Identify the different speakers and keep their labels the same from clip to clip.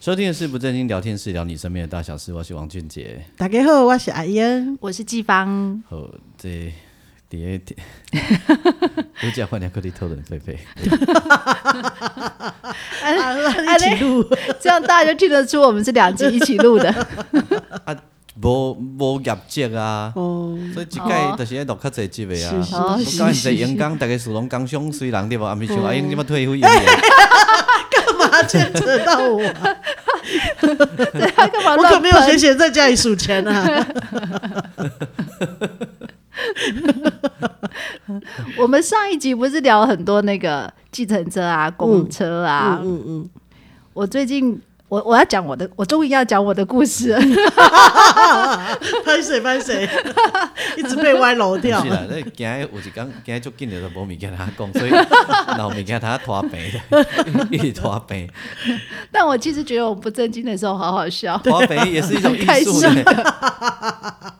Speaker 1: 收听的是不正经聊天室，聊你身边的大小事。我是王俊杰。
Speaker 2: 大家好，我是阿英。
Speaker 3: 我是季芳，
Speaker 1: 好，这第一天，我讲换两颗头的狒狒。
Speaker 2: 啊， 那一起录，
Speaker 3: 哎这样大家就听得出我们是两集一起录 的。
Speaker 1: 无无业绩啊，
Speaker 2: 哦，
Speaker 1: 所以一届就是要录较侪集的啊。
Speaker 2: 是是
Speaker 1: 我
Speaker 3: 是
Speaker 1: 讲
Speaker 3: 是
Speaker 1: 是演讲，大家属龙刚凶水人对无？啊，毋是像阿英你要退休演员，
Speaker 2: 干嘛牵扯到我啊？
Speaker 3: 对啊，干嘛
Speaker 2: 我可
Speaker 3: 乱
Speaker 2: 没有闲
Speaker 3: 喷？
Speaker 2: 闲在家里数钱啊。
Speaker 3: 我们上一集不是聊很多那个计程车啊、公车啊？
Speaker 2: 嗯嗯，
Speaker 3: 我最近我我要讲我的，我终于要讲我的故事了。
Speaker 2: 拍谁拍谁， 一直被歪楼掉
Speaker 1: 不是。啦，你今日有一工，今日足紧的就无物件通讲，所以若有物件通拖病的，一直拖病，
Speaker 3: 但我其实觉得我不正经的时候好好笑。
Speaker 1: 拖病也是一种艺术
Speaker 3: 很
Speaker 1: 呢。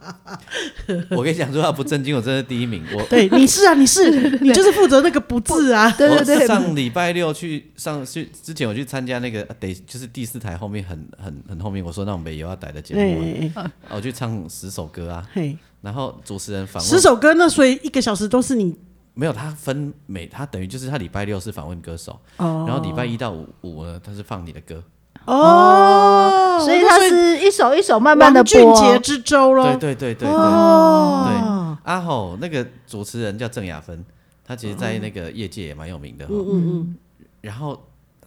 Speaker 1: 我跟你讲，如果他不正经，我真的第一名。我
Speaker 2: 对，你是啊，你 是，你就是负责那个不字啊。
Speaker 3: 对对
Speaker 1: 我
Speaker 3: 对，
Speaker 1: 上礼拜六去上去之前，我去参加那个得就是第四台后面很很很后面，我说那种没有要逮的节目、啊，
Speaker 2: 哎哎哎
Speaker 1: 啊我去唱十首歌啊，
Speaker 2: 嘿，
Speaker 1: 然后主持人访问
Speaker 2: 十首歌，那所以一个小时都是你
Speaker 1: 没有，他分每他等于就是他礼拜六是访问歌手，
Speaker 2: 哦
Speaker 1: 然后礼拜一到五五呢他是放你的歌，
Speaker 2: 哦，
Speaker 3: 所以
Speaker 2: 那
Speaker 3: 它是一首一首慢慢的
Speaker 2: 王俊
Speaker 3: 播。
Speaker 2: 杰之州喽。
Speaker 1: 对对对对对，
Speaker 2: 哦，
Speaker 1: 阿吼那个主持人叫郑雅芬，他其实在那个业界也蛮有名的哈、
Speaker 2: 嗯嗯
Speaker 1: 然后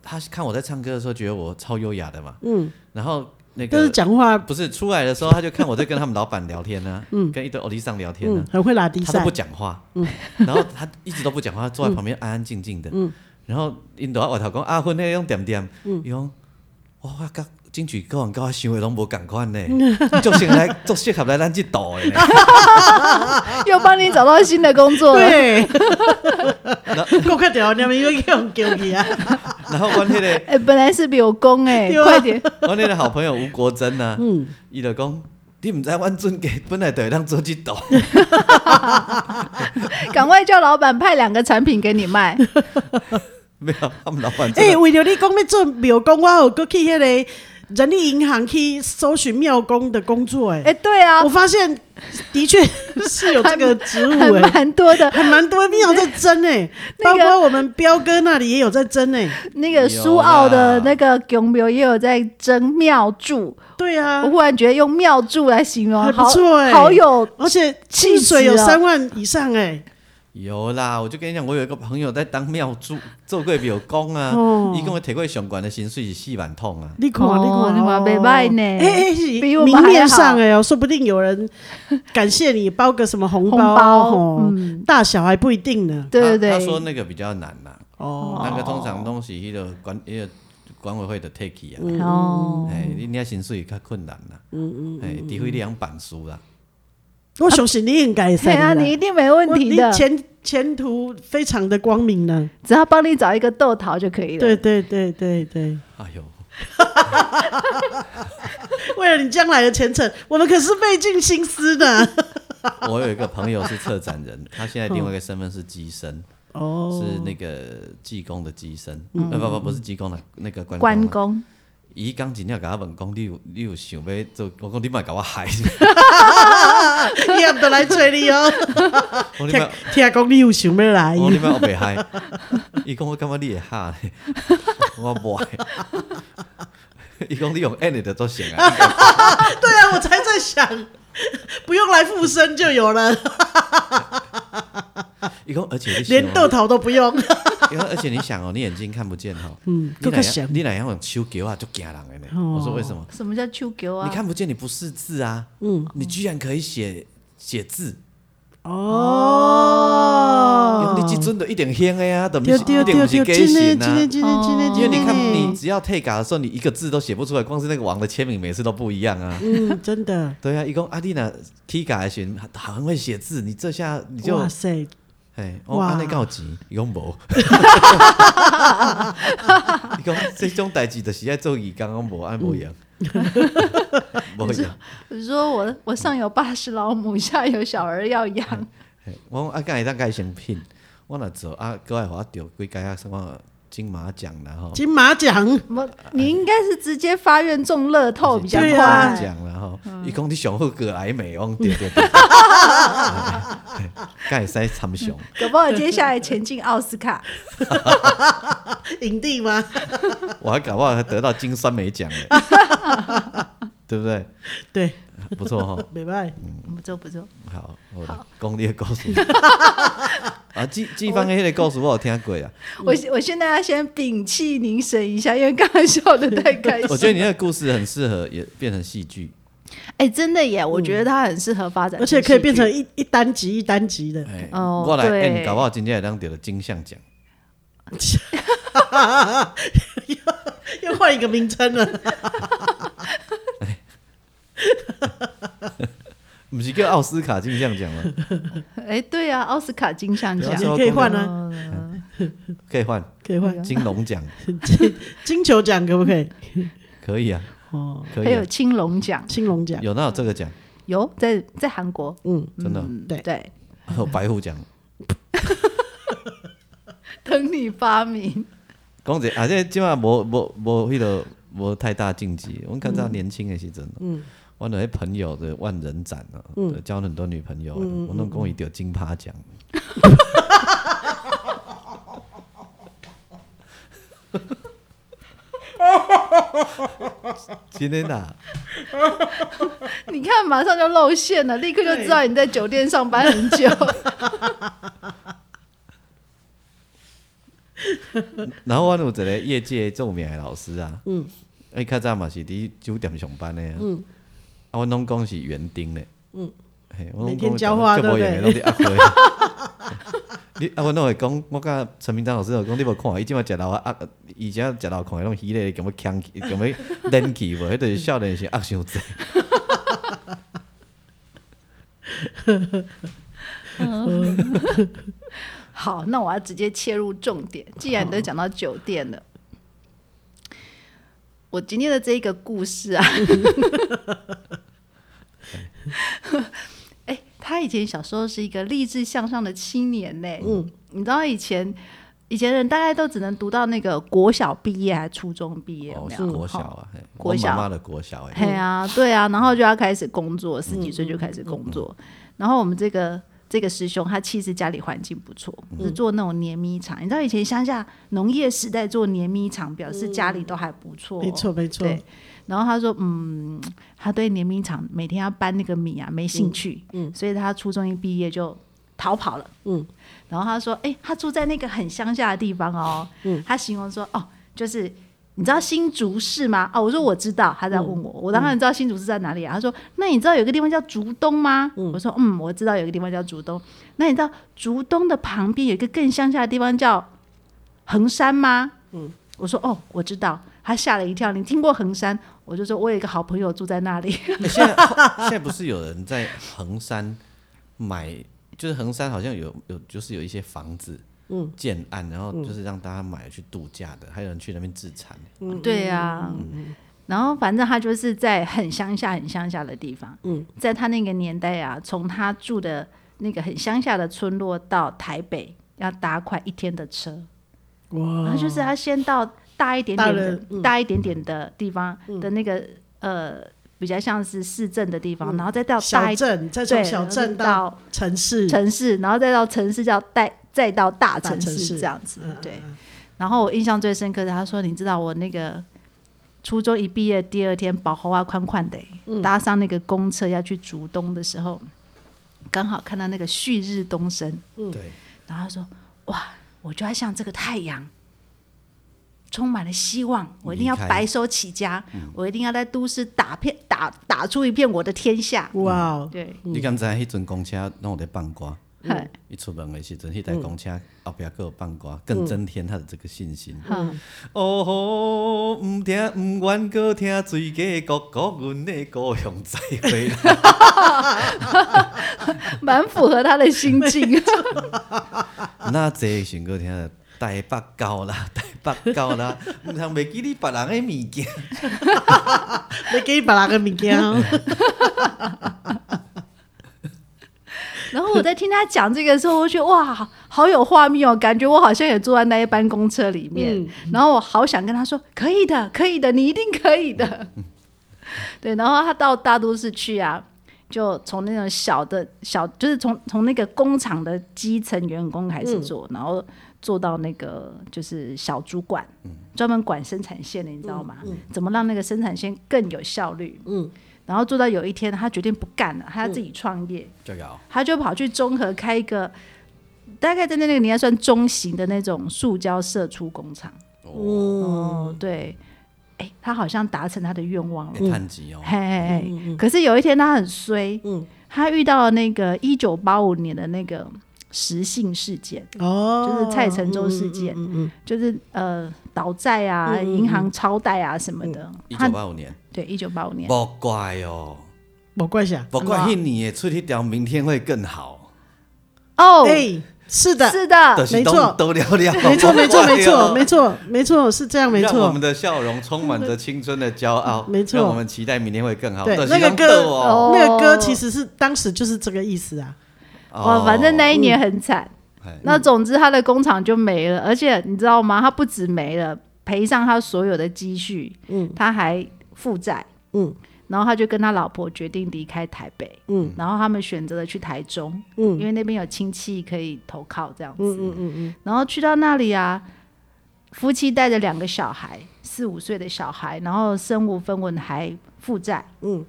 Speaker 1: 他看我在唱歌的时候，觉得我超优雅的嘛，
Speaker 2: 嗯
Speaker 1: 然后那
Speaker 2: 嗯，但是
Speaker 1: 个。
Speaker 2: 讲话
Speaker 1: 不是出来的时候，他就看我在跟他们老板聊天呢、跟一堆欧弟上聊天呢、
Speaker 2: 嗯嗯很会拉低
Speaker 1: 他都
Speaker 2: 赛
Speaker 1: 不，讲话，
Speaker 2: 嗯
Speaker 1: 然后他一直都不讲 话，坐在旁边安安静静的。
Speaker 2: 嗯
Speaker 1: 然后因都在外头讲阿芬那种点点，伊讲哇，我甲金曲歌王甲我想的拢无共款 呢，足适合来足适合来咱这道的呢。
Speaker 3: 又帮你找到新的工作了。
Speaker 2: 对， 够快点哦，你们又用给我啊！
Speaker 1: 然后我那个
Speaker 3: 哎、本来是柳工 哎、
Speaker 2: 对啊
Speaker 3: 快点！
Speaker 1: 我那个好朋友吴国珍呐、啊，
Speaker 2: 嗯
Speaker 1: 伊就讲。你毋知阮阵个本来就会当做即道，
Speaker 3: 赶快叫老板派两个产品给你 卖。
Speaker 1: 没有他们老板真的
Speaker 2: 哎，为了你讲要做庙公，我有过去迄个人力银行去搜寻庙公的工作，
Speaker 3: 哎、
Speaker 2: 哎，
Speaker 3: 对啊
Speaker 2: 我，发现的确 是有这个职
Speaker 3: 还
Speaker 2: 务，哎。
Speaker 3: 蛮多 的。
Speaker 2: 还蛮多庙在争哎，
Speaker 3: 那
Speaker 2: 包
Speaker 3: 个
Speaker 2: 括我们彪哥那里也有在争哎。
Speaker 3: 那个苏澳的那个拱庙也有在争庙祝，
Speaker 2: 对啊
Speaker 3: 我，忽然觉得用庙祝来形容
Speaker 2: 还不
Speaker 3: 好
Speaker 2: 错哎
Speaker 3: 好有
Speaker 2: 而且薪水
Speaker 3: 啊
Speaker 2: 有三万以上哎，
Speaker 1: 有啦，我就跟你讲，我有一个朋友在当庙祝，做过庙公啊
Speaker 2: 哦，
Speaker 1: 伊跟我提过上管的薪水是四万痛啊。
Speaker 2: 你看，
Speaker 3: 哦
Speaker 2: 你看，
Speaker 3: 你嘛不错呢
Speaker 2: 哎哎，是
Speaker 3: 比我们
Speaker 2: 明面
Speaker 3: 还好
Speaker 2: 上哎呦，说不定有 人感谢你包个什么红
Speaker 3: 红
Speaker 2: 包
Speaker 3: 包，
Speaker 2: 哦，
Speaker 3: 嗯，
Speaker 2: 大小还不一定呢。
Speaker 3: 对对
Speaker 1: 他
Speaker 3: 对。
Speaker 1: 他说那个比较难呐、
Speaker 2: 哦，
Speaker 1: 那个通常东西迄个管迄个管委会的 take 啊，
Speaker 2: 嗯
Speaker 3: 哦，
Speaker 1: 哎、你你要薪水较困难啦、嗯嗯，哎、除非你养板书啦，
Speaker 2: 我相信你应该也是
Speaker 3: 对啊，
Speaker 2: 啦。
Speaker 3: 你一定没问
Speaker 2: 我
Speaker 3: 题
Speaker 2: 你
Speaker 3: 的，
Speaker 2: 前前途非常的光明呢。
Speaker 3: 只要帮你找一个豆桃就可以了。
Speaker 2: 对对对对对，
Speaker 1: 哎呦，
Speaker 2: 为了你将来的前程，我们可是费尽心思的。
Speaker 1: 我有一个朋友是策展人，他现在另外一个身份是机身，
Speaker 2: 哦，
Speaker 1: 是那个技工的机身，呃不不不是技工的，那个关
Speaker 3: 关
Speaker 1: 公啊。
Speaker 3: 公，
Speaker 1: 伊刚真正甲我问讲，你有你有想要做？我讲你莫甲我 害，
Speaker 2: 你也都来催你哦。
Speaker 1: 我讲你
Speaker 2: 听
Speaker 1: 莫
Speaker 2: 听讲你有想要来，
Speaker 1: 哦我你莫我袂害。 伊讲我感觉你会害咧， 我袂。伊讲你用演的就做成啊。
Speaker 2: 对啊，我才在想，不用来附身就有了，
Speaker 1: 伊讲，而且你想
Speaker 2: 连豆
Speaker 1: 哦，
Speaker 2: 桃都不用。
Speaker 1: 伊讲而且你想哦，你眼睛看不见哦，
Speaker 2: 嗯
Speaker 1: 你
Speaker 2: 更
Speaker 1: 哪
Speaker 2: 想
Speaker 1: 样你哪样用手球啊，就惊人的呢。
Speaker 2: 哦
Speaker 1: 我说为什么？
Speaker 3: 什么叫秋狗啊？
Speaker 1: 你看不见，你不识字啊，嗯，你居然可以写写字，
Speaker 2: 哦
Speaker 1: 用你即阵就一定兴的啊，等于
Speaker 2: 对对
Speaker 1: 一定
Speaker 2: 对
Speaker 1: 不是
Speaker 2: 对，
Speaker 1: 假
Speaker 2: 真的真
Speaker 1: 神
Speaker 2: 的。真
Speaker 1: 啊
Speaker 2: 的真的
Speaker 3: 哦
Speaker 1: 因为
Speaker 2: 真的，
Speaker 1: 你看，
Speaker 2: 呢
Speaker 1: 你只要退稿的时候，你一个字都写不出来，光是那个王的签名每次都不一样啊。
Speaker 2: 嗯，真的，
Speaker 1: 对啊，一共阿丽娜 T 嘎的群很会写字，你这下你就
Speaker 2: 哇塞，
Speaker 1: 哎，哦，
Speaker 2: 哇
Speaker 1: 安内告急，伊讲 无，伊讲这种代志就是爱做义工，讲无安无用，
Speaker 2: 嗯
Speaker 1: 无 用。
Speaker 3: 你说我我上有八十老母，下有小儿要养，
Speaker 1: 嘿我讲啊，敢会当改成品，我若做啊，搁爱互我着几届啊，什么金马奖啦吼，
Speaker 2: 金马奖，
Speaker 3: 我你应该是直接发愿中乐透比较
Speaker 2: 对
Speaker 1: 金
Speaker 2: 啊
Speaker 1: 马
Speaker 3: 快。
Speaker 1: 奖啦吼，伊讲你上好过来美，我讲 对对对， 敢会使参详。
Speaker 3: 搞不好接下来前进奥斯卡，
Speaker 2: 影帝吗？
Speaker 1: 我还搞不好还得到金酸梅奖嘞，对不对？
Speaker 2: 对，
Speaker 1: 不错哈、
Speaker 2: 没办法，
Speaker 3: 不错不错。
Speaker 1: 好，我讲你的故事啊，季季芳的迄个故事我有听过啊，
Speaker 3: 我我现在要先屏气凝神一下，因为刚刚笑的太开心。
Speaker 1: 我觉得你那个故事很适合也变成戏剧，
Speaker 3: 哎、真的耶，我觉得它很适合发展，
Speaker 2: 而且可以变成。一一单集一单集的，
Speaker 1: 哎、
Speaker 3: 哦
Speaker 1: 我来
Speaker 3: 对
Speaker 1: 演，搞不好今天也当得了金像奖，
Speaker 2: 又换一个名称了。
Speaker 1: 不是叫奥斯卡金像奖吗？
Speaker 3: 哎、对啊，奥斯卡金像奖
Speaker 1: 不
Speaker 2: 也
Speaker 1: 要说
Speaker 2: 可以换啊，
Speaker 3: 哦啊
Speaker 1: 可以换
Speaker 2: 可以换
Speaker 1: 金龙奖，
Speaker 2: 金球奖可不可以？
Speaker 3: 嗯
Speaker 1: 可以啊，
Speaker 2: 哦，
Speaker 1: 可
Speaker 3: 还
Speaker 1: 以、
Speaker 3: 有
Speaker 1: 啊，
Speaker 3: 青龙奖，
Speaker 2: 青龙奖，
Speaker 1: 有哪有这个奖？
Speaker 3: 有在在韩国，
Speaker 2: 嗯，
Speaker 1: 真的、
Speaker 2: 对
Speaker 3: 对，
Speaker 1: 还有白虎奖，
Speaker 3: 等你发明。
Speaker 1: 讲者啊，这即马无无无迄个无太大禁忌。我看到年轻的时阵，嗯，我那些朋友的万人斩啊，就交很多女朋友的，我拢讲伊得金趴奖。 真的啦，
Speaker 3: 你看，马上就露馅了，立刻就知道你在酒店上班很久。
Speaker 1: 然后我有一个业界著名的老师啊，嗯，伊较早嘛是伫酒店上班的啊，嗯，啊，我拢讲是园丁的，嗯，嘿，我拢
Speaker 2: 每
Speaker 1: 讲
Speaker 2: 天浇花
Speaker 1: 这无
Speaker 2: 对不
Speaker 1: 用的拢伫阿辉。你啊，我拢会讲，我甲陈明章老师就讲，你无看，伊即马食老啊，以前食老看迄种鱼类，咁要呛起，咁要冷气无，迄就是少年啊是压伤济。
Speaker 3: 好，那我要直接切入重点。既然你都讲到酒店了，我今天的这一个故事啊， 哎、他以前小时候是一个励志向上的青年呢。嗯，你知道以前以前人大概都只能读到那个国小毕业还是初中毕业，有
Speaker 1: 哦，
Speaker 3: 没
Speaker 1: 是
Speaker 3: 有？
Speaker 1: 国小
Speaker 3: 哈
Speaker 1: 啊，嘿
Speaker 3: 国
Speaker 1: 我
Speaker 3: 小
Speaker 1: 妈妈的国小诶，
Speaker 3: 嘿啊，对啊，然后就要开始工作，十几岁就开始工作。然后我们这个这个师兄，他其实家里环境不错，是做那种碾米厂。你知道以前乡下农业时代做碾米厂，表示家里都还不错、
Speaker 2: 没错没错，
Speaker 3: 哦对，然后他说，嗯，他对碾米厂每天要搬那个米啊没兴趣，嗯，所以他初中一毕业就逃跑了，嗯，然后他说，哎、他住在那个很乡下的地方哦，嗯，他形容说，哦，就是。你知道新竹市吗？哦，我说我知道，他在问我，我当然知道新竹市在哪里啊。他说：“那你知道有个地方叫竹东吗？”我说：“嗯，我知道有个地方叫竹东。那你知道竹东的旁边有一个更乡下的地方叫衡山吗？”我说哦，我知道。他吓了一跳，你听过衡山？我就说我有一个好朋友住在那里。
Speaker 1: 欸现在现在不是有人在衡山买，就是衡山好像有有就是有一些房子，嗯，建案，然后就是让大家买去度假的，还有人去那边自产。
Speaker 2: 嗯
Speaker 3: 对啊，然后反正他就是在很乡下、很乡下的地方。嗯，在他那个年代啊，从他住的那个很乡下的村落到台北，要搭快一天的车。然
Speaker 2: 哇
Speaker 3: 后，就是他先到大一点点的
Speaker 2: 大嗯人、
Speaker 3: 大一点点的地方的那个呃，比较像是市政的地方，然后再到
Speaker 2: 嗯
Speaker 3: 大
Speaker 2: 小
Speaker 3: 一
Speaker 2: 镇再从
Speaker 3: 对
Speaker 2: 小
Speaker 3: 然后
Speaker 2: 镇到
Speaker 3: 到
Speaker 2: 城市，
Speaker 3: 城市，然后再到城市叫带，再到大
Speaker 2: 大
Speaker 3: 城
Speaker 2: 城
Speaker 3: 市
Speaker 2: 市嗯
Speaker 3: 这样子。对。然后我印象最深刻的，他说：“你知道我那个初中一毕业第二天，保护啊宽宽的、
Speaker 2: 嗯
Speaker 3: 搭上那个公车要去竹东的时候，刚好看到那个旭日东升，
Speaker 1: 对，
Speaker 3: 然后他说：哇，我就要像这个太阳。”充满了希望，我一定要
Speaker 1: 离开嗯
Speaker 3: 白手起家，我一定要在都市打片打打出一片我的天下。
Speaker 2: 哇哦，
Speaker 3: 对，
Speaker 1: 你敢知迄阵公车拢有在放歌？
Speaker 3: 嗨，
Speaker 1: 一出门的时阵，迄台公车后壁各有放歌，更增添他的这个信心。
Speaker 3: 哈，
Speaker 1: 哦吼，毋听毋愿，搁听最佳国歌，阮的故乡再会啦。
Speaker 3: 蛮符合他的心境。
Speaker 1: 那这时阵搁听台北到啦， 台北到啦，毋通袂记你别人的物件。
Speaker 2: 你给别人的物件 哦，
Speaker 3: 然后我在听他讲这个时候，我觉得哇，好有画面哦，感觉我好像也坐在那一班公车里面。然后我好想跟他说，可以的，可以的，你一定可以的。对，然后他到大都市去啊，就从那种小的小，就是从从那个工厂的基层员工开始做，然后做到那个就是小主管，专门管生产线的，你知道吗？怎么让那个生产线更有效率？嗯，然后做到有一天他决定不干了，他要自己创业。
Speaker 1: 就搞，
Speaker 3: 他就跑去中和开一个，大概在那个年代算中型的那种塑胶射出工厂。
Speaker 1: 哦，
Speaker 3: 哦，对，哎、他好像达成他的愿望
Speaker 2: 嗯
Speaker 3: 了。
Speaker 1: 会趁钱哦。
Speaker 3: 嘿嘿嘿，可是有一天他很衰，
Speaker 2: 嗯
Speaker 3: 他遇到了那个一九八五年的那个石信事件，
Speaker 2: 哦，嗯
Speaker 3: 就是蔡成洲事件，就是呃倒债啊、银行超贷啊什么的。
Speaker 1: 一
Speaker 3: 他
Speaker 1: 九八五年，
Speaker 3: 对一九八五年，
Speaker 1: 无怪哦，
Speaker 2: 无关系啊。
Speaker 1: 无怪迄年会出迄条明天会更好，
Speaker 3: 哦，
Speaker 2: 哎，是的，
Speaker 3: 是哦的，
Speaker 1: 就是
Speaker 2: 啊没
Speaker 1: 都
Speaker 2: 错
Speaker 1: 都了了，
Speaker 2: 没错，没 错，没错，
Speaker 1: 没
Speaker 2: 没错，没错，是这样，没
Speaker 1: 让我
Speaker 2: 错
Speaker 1: 们。的笑容充满着青春的骄傲，
Speaker 2: 没错
Speaker 1: 让我们期待明天会更好。
Speaker 2: 对
Speaker 1: 就是
Speaker 2: 那个
Speaker 1: 讲
Speaker 2: 歌
Speaker 1: 到哦，
Speaker 2: 那个歌其实是当时就是这个意思啊。
Speaker 1: 哦
Speaker 3: 哇，反正那一
Speaker 2: 嗯
Speaker 3: 年很惨。
Speaker 1: 哎
Speaker 3: 那总之，他的工厂就没了，而且你知道吗？他不止没了，赔上他所有的积蓄，嗯，他还负债，
Speaker 2: 嗯，
Speaker 3: 然后他就跟他老婆决定离开台北，嗯，然后他们选择了去台中，
Speaker 2: 嗯
Speaker 3: 因为那边有亲戚可以投靠这样子，
Speaker 2: 嗯嗯嗯
Speaker 3: 然后去到那里啊，夫妻带着两个小孩，四五岁的小孩，然后身无分文还负债。
Speaker 2: 嗯，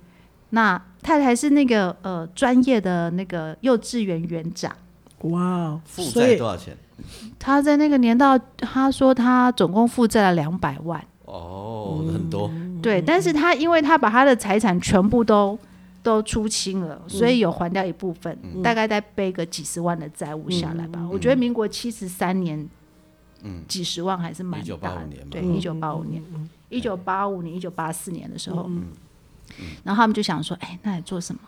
Speaker 3: 那太太是那个呃专业的那个幼稚园园长，
Speaker 2: 嗯，哇哦，
Speaker 1: 负
Speaker 2: 所
Speaker 1: 债
Speaker 2: 以
Speaker 1: 多少钱？
Speaker 3: 她在那个年代，她说她总共负债了两百万。
Speaker 1: 哦，很多，
Speaker 2: 嗯
Speaker 3: 对，但是她因为她把她的财产全部都都出清了，所以有还掉一部分，大概再背个几十万的债务下来吧。我觉得民国七十三年，几十万还是蛮大的
Speaker 1: 1985年。嘛
Speaker 3: 对，一九八五年，一九八五年、一九八四年的时候，嗯然后他们就想说，哎，那你做什么？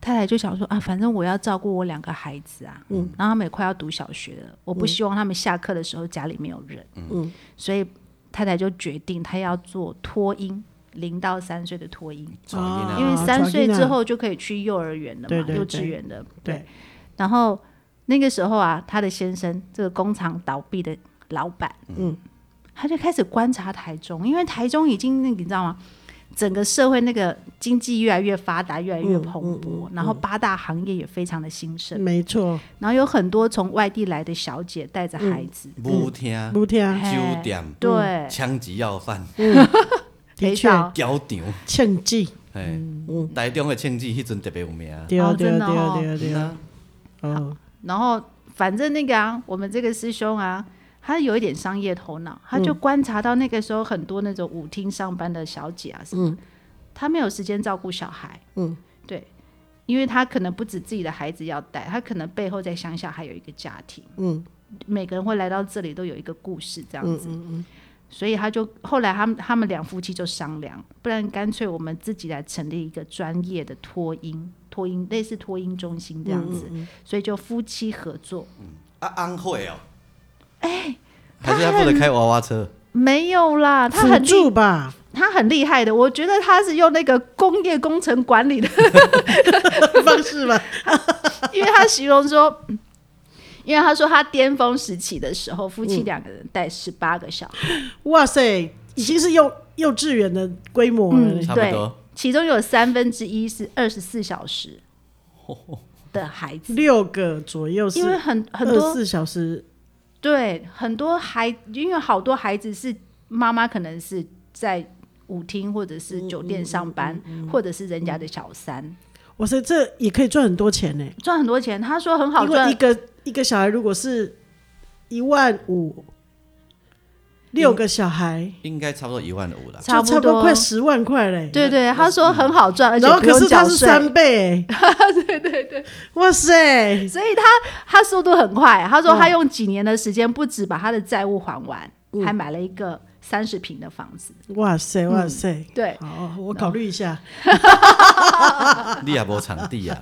Speaker 3: 太太就想说啊，反正我要照顾我两个孩子啊，然后他们也快要读小学了，我不希望他们下课的时候家里没有人，
Speaker 2: 嗯
Speaker 3: 所以太太就决定她要做托婴，零到三岁的托婴，
Speaker 1: 噪音
Speaker 2: 啊
Speaker 3: 因
Speaker 1: 啊，
Speaker 3: 为三
Speaker 2: 传
Speaker 3: 岁
Speaker 2: 音啊
Speaker 3: 之后就可以去幼儿园了嘛，
Speaker 2: 对对对
Speaker 3: 幼稚园的，
Speaker 2: 对，
Speaker 3: 然后那个时候啊，她的先生这个工厂倒闭的老板，
Speaker 2: 嗯，
Speaker 3: 他就开始观察台中，因为台中已经那个你知道吗？整个社会那个经济越来越发达，越来越蓬
Speaker 2: 嗯
Speaker 3: 勃，然后八大行业也非常的兴盛，
Speaker 2: 没错，
Speaker 3: 然后有很多从外地来的小姐带
Speaker 2: 嗯
Speaker 3: 着孩子，
Speaker 1: 舞厅、
Speaker 2: 不听啊，
Speaker 3: 嘿
Speaker 1: 酒店、
Speaker 3: 对，
Speaker 1: 枪击要犯、
Speaker 2: 嗯的
Speaker 3: 陪
Speaker 2: 确，
Speaker 3: 到
Speaker 1: 赌场，
Speaker 2: 庆记，
Speaker 1: 哎，
Speaker 2: 嗯
Speaker 1: 台中的庆记迄阵特别有名。
Speaker 2: 对啊
Speaker 3: 哦
Speaker 2: 对对
Speaker 3: 真的哦
Speaker 2: 对对，
Speaker 1: 啊
Speaker 2: 哦，
Speaker 3: 然后反正那个啊，我们这个师兄啊，他有一点商业头脑，他
Speaker 2: 嗯
Speaker 3: 就观察到那个时候很多那种舞厅上班的小姐啊什么，他没有时间照顾小孩，
Speaker 2: 嗯，
Speaker 3: 对，因为他可能不止自己的孩子要带，他可能背后在乡下还有一个家庭，
Speaker 2: 嗯，
Speaker 3: 每个人会来到这里都有一个故事这样
Speaker 2: 嗯
Speaker 3: 子。
Speaker 2: 嗯
Speaker 3: 所以他就后来他们他们两夫妻就商量，不然干脆我们自己来成立一个专业的托婴托婴类似托婴中心这样
Speaker 2: 嗯
Speaker 3: 子，所以就夫妻合作，
Speaker 1: 啊，安会哦，
Speaker 3: 他
Speaker 1: 还是他不能开娃娃车？
Speaker 3: 没有
Speaker 2: 嗯，
Speaker 3: 啦，啊他很
Speaker 2: 辅
Speaker 3: 厉，
Speaker 2: 助吧，
Speaker 3: 他很厉害的。我觉得他是用那个工业工程 管理的，
Speaker 2: 方式吧，
Speaker 3: 因为他形容说，因为他说他巅峰时期的时候，夫妻两个人带十八个小孩，
Speaker 2: 哇塞，已经是幼幼稚园的规模了
Speaker 3: 嗯，
Speaker 2: 呢，
Speaker 1: 差不
Speaker 3: 对
Speaker 1: 多，
Speaker 3: 其中有三分之一是二十四小时的孩子，
Speaker 2: 六个左右
Speaker 3: 因为
Speaker 2: 是
Speaker 3: 很很
Speaker 2: 二十
Speaker 3: 多
Speaker 2: 四小时，
Speaker 3: 对很多孩，因为好多孩子是妈妈可能是在舞厅或者是酒店上
Speaker 2: 嗯
Speaker 3: 班，或者是人家的小三，
Speaker 2: 哇塞，这也可以赚很多钱呢，
Speaker 3: 赚很多钱。他说很好
Speaker 2: 因为
Speaker 3: 赚
Speaker 2: 一，个一个小孩如果是一万五，六个小孩，
Speaker 1: 应该差不多一万五啦。
Speaker 2: 就差
Speaker 3: 嗯不
Speaker 2: 不多
Speaker 3: 多
Speaker 2: 快十万块嘞。
Speaker 3: 对对，他说很好赚，而且
Speaker 2: 嗯然后
Speaker 3: 不
Speaker 2: 可
Speaker 3: 用
Speaker 2: 是
Speaker 3: 缴
Speaker 2: 它是
Speaker 3: 税
Speaker 2: 三 倍，对对对，哇塞，
Speaker 3: 所以他他速度很快，他
Speaker 2: 嗯
Speaker 3: 说他用几年的时间，不止把他的债务还完，
Speaker 2: 嗯
Speaker 3: 还买了一个三十平的房子。
Speaker 2: 哇塞，哇塞。
Speaker 3: 对，
Speaker 2: 好，哦我考虑一下，
Speaker 1: 你也无场 地啊，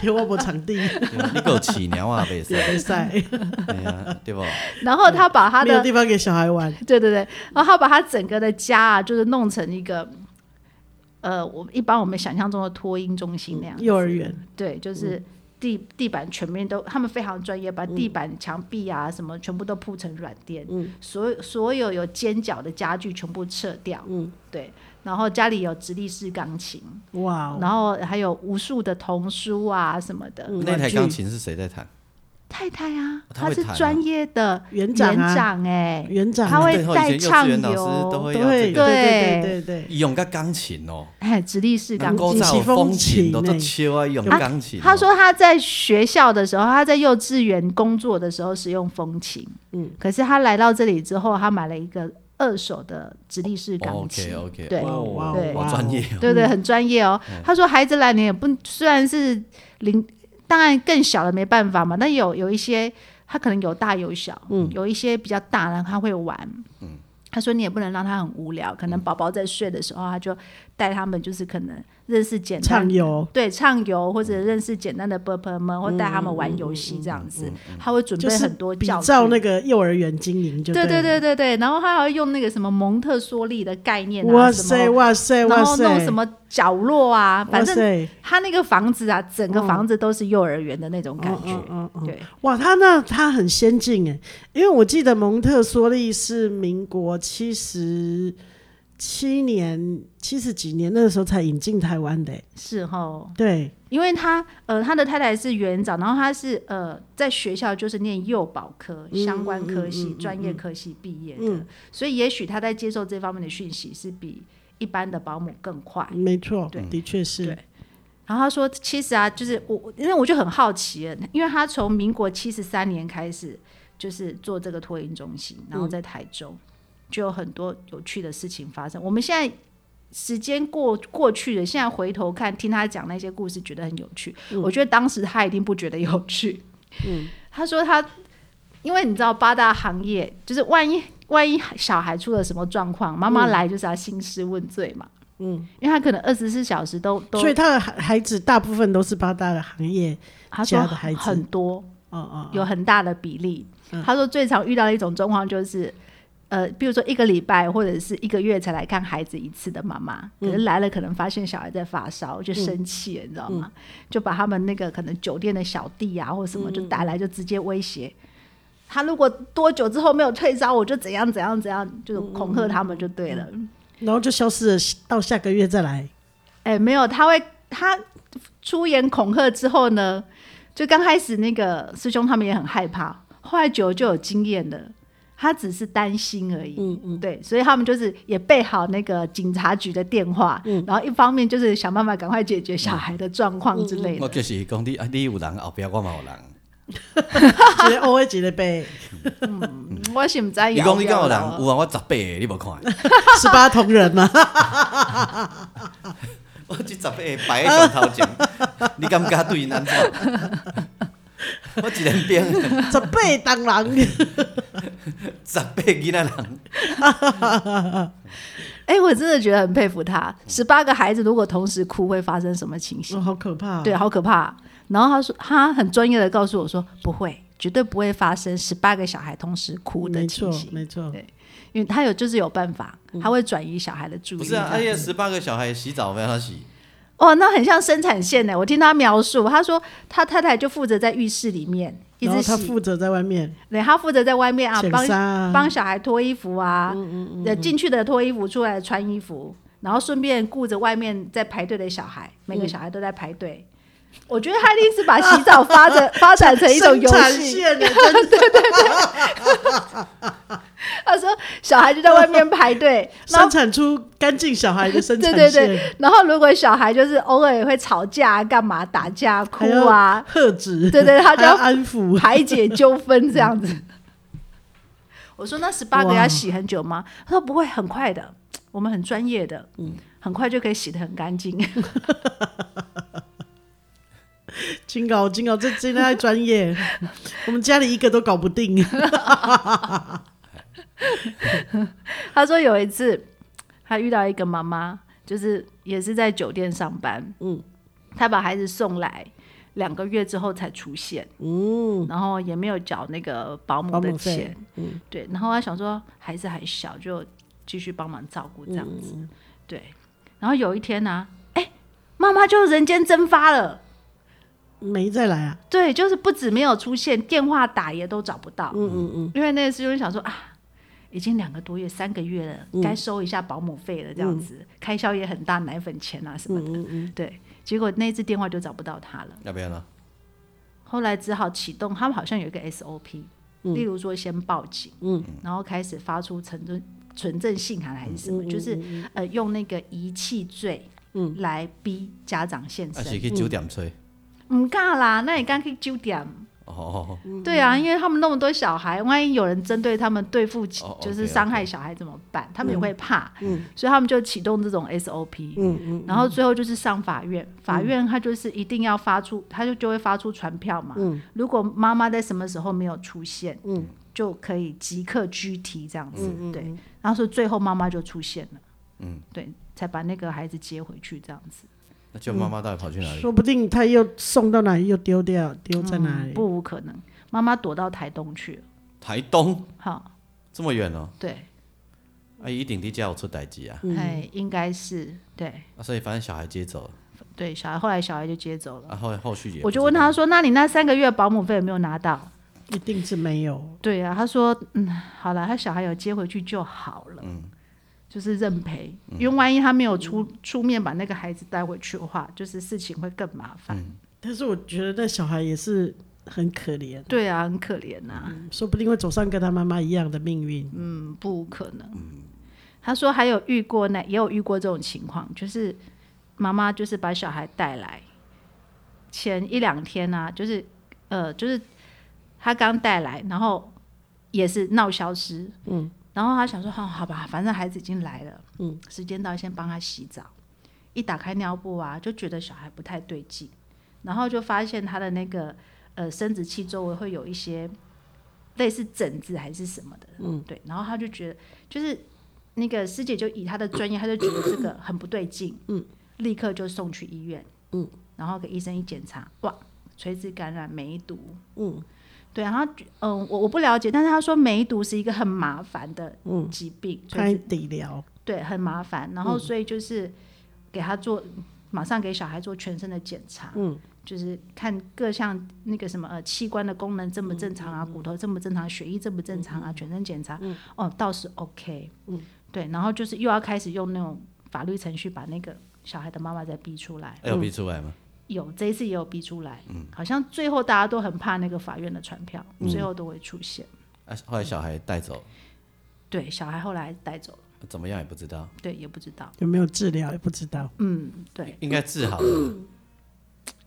Speaker 2: 给我无场地，
Speaker 1: 对吧你还有饲鸟啊，袂使，
Speaker 2: 比赛
Speaker 1: 哎
Speaker 3: 啊
Speaker 1: 呀，对不？
Speaker 3: 然后他把他
Speaker 2: 嗯没有
Speaker 3: 的
Speaker 2: 地方给小孩玩，
Speaker 3: 对对对，然后他把他整个的家啊，就是弄成一个。呃，我一般我们想象中的托婴中心那样，
Speaker 2: 幼儿园，
Speaker 3: 对，就是
Speaker 2: 嗯
Speaker 3: 地、地板全面都，他们非常专业，把地板、墙壁啊什么全部都铺成软垫，
Speaker 2: 嗯
Speaker 3: 所有所有有尖角的家具全部撤掉，
Speaker 2: 嗯
Speaker 3: 对，然后家里有直立式钢琴，
Speaker 2: 哇哦，
Speaker 3: 然后还有无数的童书啊什么的。
Speaker 2: 嗯
Speaker 1: 那台
Speaker 2: 玩具
Speaker 1: 钢琴是谁在弹？
Speaker 3: 太太啊，
Speaker 1: 哦她会
Speaker 3: 是
Speaker 1: 弹啊
Speaker 3: 专业的
Speaker 2: 园长啊
Speaker 3: 哎、
Speaker 2: 园长啊
Speaker 3: 他会
Speaker 1: 对吼
Speaker 3: 带
Speaker 1: 以前幼稚园
Speaker 3: 畅
Speaker 1: 老
Speaker 3: 游
Speaker 1: 师 都会
Speaker 2: 对
Speaker 1: 要这
Speaker 2: 对
Speaker 1: 个，
Speaker 2: 对
Speaker 3: 对
Speaker 2: 对对，
Speaker 1: 伊用个钢琴哦，
Speaker 3: 哎，直立式钢
Speaker 1: 能够
Speaker 3: 琴。
Speaker 1: 在风琴都
Speaker 2: 钢
Speaker 1: 做
Speaker 2: 琴
Speaker 1: 笑啊，伊用钢琴哦。
Speaker 3: 他说他在学校的时候，他在幼稚园工作的时候使用风琴，
Speaker 2: 嗯
Speaker 3: 可是他来到这里之后，他买了一个二手的直立式钢琴。
Speaker 1: 哦 OK OK，
Speaker 3: 对
Speaker 2: 哇
Speaker 1: 哇嗯
Speaker 3: 对，
Speaker 1: 好专业哦。
Speaker 3: 对对，很专业哦。他说孩子来你也不虽然是零，当然更小的没办法嘛，但有有一些他可能有大有小，有一些比较大的他会玩，
Speaker 1: 嗯
Speaker 3: 他说你也不能让他很无聊，可能宝宝在睡的时候，他就带他们就是可能认识简单
Speaker 2: 畅。游，
Speaker 3: 对，畅游或
Speaker 2: 嗯
Speaker 3: 者认识简单的 b u r p e 们，或带他们玩游戏这样子，他会准
Speaker 2: 嗯就
Speaker 3: 备
Speaker 2: 是
Speaker 3: 很多
Speaker 2: 比
Speaker 3: 教具。
Speaker 2: 照那个幼儿园经营，就
Speaker 3: 对
Speaker 2: 对
Speaker 3: 对
Speaker 2: 了
Speaker 3: 对对对，然后他还要用那个什么蒙特梭利的概念啊，
Speaker 2: 哇
Speaker 3: 什
Speaker 2: 塞
Speaker 3: 么
Speaker 2: 哇塞哇
Speaker 3: 然后
Speaker 2: 塞，
Speaker 3: 弄什么角落啊，反
Speaker 2: 哇
Speaker 3: 正
Speaker 2: 塞
Speaker 3: 他那个房子啊，整个房子都是幼儿园的那种感觉。
Speaker 2: 嗯嗯
Speaker 3: 对，
Speaker 2: 哇，他那他很先进哎，因为我记得蒙特梭利是民国七十七年七十几年那个时候才引进台湾的欸，
Speaker 3: 是哈，
Speaker 2: 对，
Speaker 3: 因为他呃，他的太太是园长，然后他是呃，在学校就是念幼保科相关科系、专业科系毕业的，所以也许他在接受这方面的讯息是比一般的保姆更快。
Speaker 2: 没错
Speaker 3: 对，
Speaker 2: 的确是
Speaker 3: 对，然后他说，其实啊，就是我，因为我就很好奇了，因为他从民国七十三年开始，就是做这个托婴中心，然后在台州、就有很多有趣的事情发生。我们现在时间过过去了，现在回头看，听他讲那些故事，觉得很有趣。我觉得当时他一定不觉得有趣。嗯，他说他，因为你知道八大行业，就是万一万一小孩出了什么状况，妈妈来就是要兴师问罪嘛。嗯，因为他可能二十四小时都都
Speaker 2: 所以他的孩孩子大部分都是八大的行业，
Speaker 3: 他说
Speaker 2: 家的孩子嗯
Speaker 3: 很多，
Speaker 2: 哦哦，
Speaker 3: 有很大的比例。他说最常遇到的一种状况就是，呃，比如说一个礼拜或者是一个月才来看孩子一次的妈妈，
Speaker 2: 嗯
Speaker 3: 可是来了可能发现小孩在发烧，就生气了，你知道
Speaker 2: 嗯
Speaker 3: 吗？就把他们那个可能酒店的小弟啊或什么就带来，就直接威胁。他如果多久之后没有退烧，我就怎样怎样怎样，就是恐
Speaker 2: 嗯
Speaker 3: 吓他们就对了。
Speaker 2: 然后就消失了，到下个月再来，
Speaker 3: 哎、没有，他会他出言恐吓之后呢，就刚开始那个师兄他们也很害怕，后来久了就有经验了。他只是担心而已，嗯嗯，对，所以他们就是也备好那个警察局的电话，
Speaker 1: 嗯
Speaker 3: 然后一方面就是想办法赶快解决小孩的状况之类的。
Speaker 1: 我就是讲你啊，你有人后壁我嘛有人。
Speaker 2: 几个 O A 几个 杯，
Speaker 3: 嗯我是不知道
Speaker 1: 嗯你
Speaker 3: 有
Speaker 1: 讲
Speaker 3: 没
Speaker 1: 你
Speaker 3: 有
Speaker 1: 敢有人
Speaker 3: 啦
Speaker 1: 有啊，我十八个你无看，
Speaker 2: 十八铜人嘛，
Speaker 1: 我这十八个摆喺上头前，你敢敢对因安怎？我一人变
Speaker 2: 十八当 人，
Speaker 1: 十八个囡仔人，
Speaker 2: 哦
Speaker 3: 哎、我真的觉得很佩服他，十八个孩子如果同时哭会发生什么情形
Speaker 2: 哦？好可怕哦，
Speaker 3: 对，好啊可怕、然后他说，他很专业的告诉我说，不会，绝对不会发生十八个小孩同时哭的
Speaker 2: 没
Speaker 3: 情
Speaker 2: 错
Speaker 3: 形，
Speaker 2: 没嗯错，
Speaker 3: 因为他有就是有办法，他会转移小孩的注意
Speaker 1: 不
Speaker 3: 力
Speaker 1: 是
Speaker 3: 这
Speaker 1: 啊
Speaker 3: 样。？
Speaker 1: 而且十八个小孩洗澡没他洗，
Speaker 3: 哦，那很像生产线欸呢。我听他描述，他说他太太就负责在浴室里面一
Speaker 2: 然后
Speaker 3: 直
Speaker 2: 他
Speaker 3: 洗，
Speaker 2: 负责在外 面
Speaker 3: 对，他负责在外面啊，
Speaker 2: 浅
Speaker 3: 帮
Speaker 2: 沙啊
Speaker 3: 帮小孩脱衣服啊，
Speaker 2: 嗯
Speaker 3: 呃，进去的脱衣服，出来的穿衣服，然后顺便顾着外面在排队的小孩，每个小孩都在排队。我觉得他一定是把洗澡 发展发展成一种游
Speaker 2: 生产
Speaker 3: 戏，
Speaker 2: 线的，真的
Speaker 3: 他说小孩就在外面排队， 然
Speaker 2: 生
Speaker 3: 后
Speaker 2: 产出干净小孩的生
Speaker 3: 对
Speaker 2: 产
Speaker 3: 对
Speaker 2: 线，
Speaker 3: 对，然后如果小孩就是偶尔也会吵架、啊干嘛、打架、哭
Speaker 2: 还要
Speaker 3: 啊，
Speaker 2: 喝止，
Speaker 3: 对对他 就
Speaker 2: 还要安抚，
Speaker 3: 排解纠纷这样子。 我说那十八个要洗很久吗？他说不会，很快的，我们很专业的，很快就可以洗得很干净。
Speaker 2: 金搞金搞，这真的太专业， 我们家里一个都搞不定。
Speaker 3: 他说有一次他遇到一个妈妈，就是也是在酒店上班，嗯，他把孩子送来。两个月之后才出现，嗯，然后也没有缴那个保姆
Speaker 2: 保
Speaker 3: 的
Speaker 2: 姆费
Speaker 3: 钱，嗯，对，然后他想说孩子还小，就继续帮忙照顾这样子，
Speaker 2: 嗯
Speaker 3: 对。然后有一天呢、哎，妈妈就人间蒸发了，
Speaker 2: 没再来啊，
Speaker 3: 对，就是不止没有出现，电话打也都找不到，
Speaker 2: 嗯嗯嗯，
Speaker 3: 因为那个师兄想说啊，已经两个多月、三个月了，
Speaker 2: 嗯
Speaker 3: 该收一下保姆费了，这样子、开销也很大，奶粉钱啊什么的，
Speaker 2: 嗯
Speaker 3: 对。结果那次电话就找不到他了。
Speaker 1: 要不要呢？
Speaker 3: 后来只好启动，他们好像有一个 SOP，、例如说先报警，嗯，然后开始发出存证存证信函还是什么，就是呃用那个遗弃罪，嗯，来逼家长现
Speaker 1: 啊
Speaker 3: 身，
Speaker 1: 是去酒店吹。
Speaker 3: 唔尬啦，那你刚去九点，
Speaker 1: 哦哦，哦
Speaker 3: 对啊，因为他们那么多小孩，万一有人针对他们对啊嗯付起
Speaker 1: 哦，
Speaker 3: 就是
Speaker 1: OK，OK
Speaker 3: 伤害小孩怎么办？他们也会怕，所以他们就启动这种 SOP，嗯嗯，然后最后就是上法院，法院他就是一定要发出，他就就会发出传票嘛，如果妈妈在什么时候没有出现，嗯，就可以即刻拘提这样子，对，然后说最后妈妈就出现了，嗯，对，才把那个孩子接回去这样子，
Speaker 1: 那就妈妈到底跑去哪里？
Speaker 2: 说不定他又送到哪里，又丢掉，丢在哪里？
Speaker 3: 嗯不无可能，妈妈躲到台东去了，
Speaker 1: 台东
Speaker 3: 好，
Speaker 1: 这么远哦，
Speaker 3: 对。
Speaker 1: 啊，伊一定伫家有出代志啊，
Speaker 3: 哎，应该是对
Speaker 1: 啊，所以反正小孩接走了，
Speaker 3: 对，小孩后来小孩就接走了。
Speaker 1: 啊，后后续也
Speaker 3: 我就
Speaker 1: 不
Speaker 3: 问
Speaker 1: 知道
Speaker 3: 他说：“那你那三个月保姆费有没有拿到
Speaker 2: 一定是没有。？”
Speaker 3: 对啊，他说：“嗯，好了，他小孩有接回去就好了，
Speaker 1: 嗯
Speaker 3: 就是认赔，因为万一他没有出出面把那个孩子带回去的话，就是事情会更麻烦。
Speaker 1: 嗯
Speaker 2: 但是我觉得那小孩也是很可怜，
Speaker 3: 对啊，很可怜呐、
Speaker 2: 说不定会走上跟他妈妈一样的命运。
Speaker 3: 嗯，不无可能。他说还有遇过那也有遇过这种情况，就是妈妈就是把小孩带来前一两天啊，就是呃，就是他刚带来，然后也是闹消失，嗯，然后他想说，哦，好吧，反正孩子已经来了，嗯，时间到，先帮他洗澡。一打开尿布啊，就觉得小孩不太对劲，然后就发现他的那个呃生殖器周围会有一些类似疹子还是什么的，嗯，对，然后他就觉得就是那个师姐就以她的专业，她就觉得这个很不对劲，嗯，立刻就送去医院，嗯，然后给医生一检查，哇，垂直感染梅毒，嗯，对，然后嗯，我我不了解，但是他说梅毒是一个很麻烦的疾病，垂直
Speaker 2: 拍底疗，
Speaker 3: 对，很麻烦。然后所以就是给他做，马上给小孩做全身的检查，嗯，就是看各项那个什么呃器官的功能正不正常啊，骨头正不正常，血液正不正常啊，全身检查，哦，倒是 OK，嗯，对，然后就是又要开始用那种法律程序把那个小孩的妈妈再逼出来，
Speaker 1: 哎有逼出来吗？
Speaker 3: 有这一次也有逼出来，好像最后大家都很怕那个法院的传票，最后都会出现，
Speaker 1: 啊，后来小孩带走，
Speaker 3: 对，小孩后来带走了，
Speaker 1: 怎么样也不知道，
Speaker 3: 对，也不知道，
Speaker 2: 有没有治疗也不知道。
Speaker 3: 嗯，对，
Speaker 1: 应该治好了。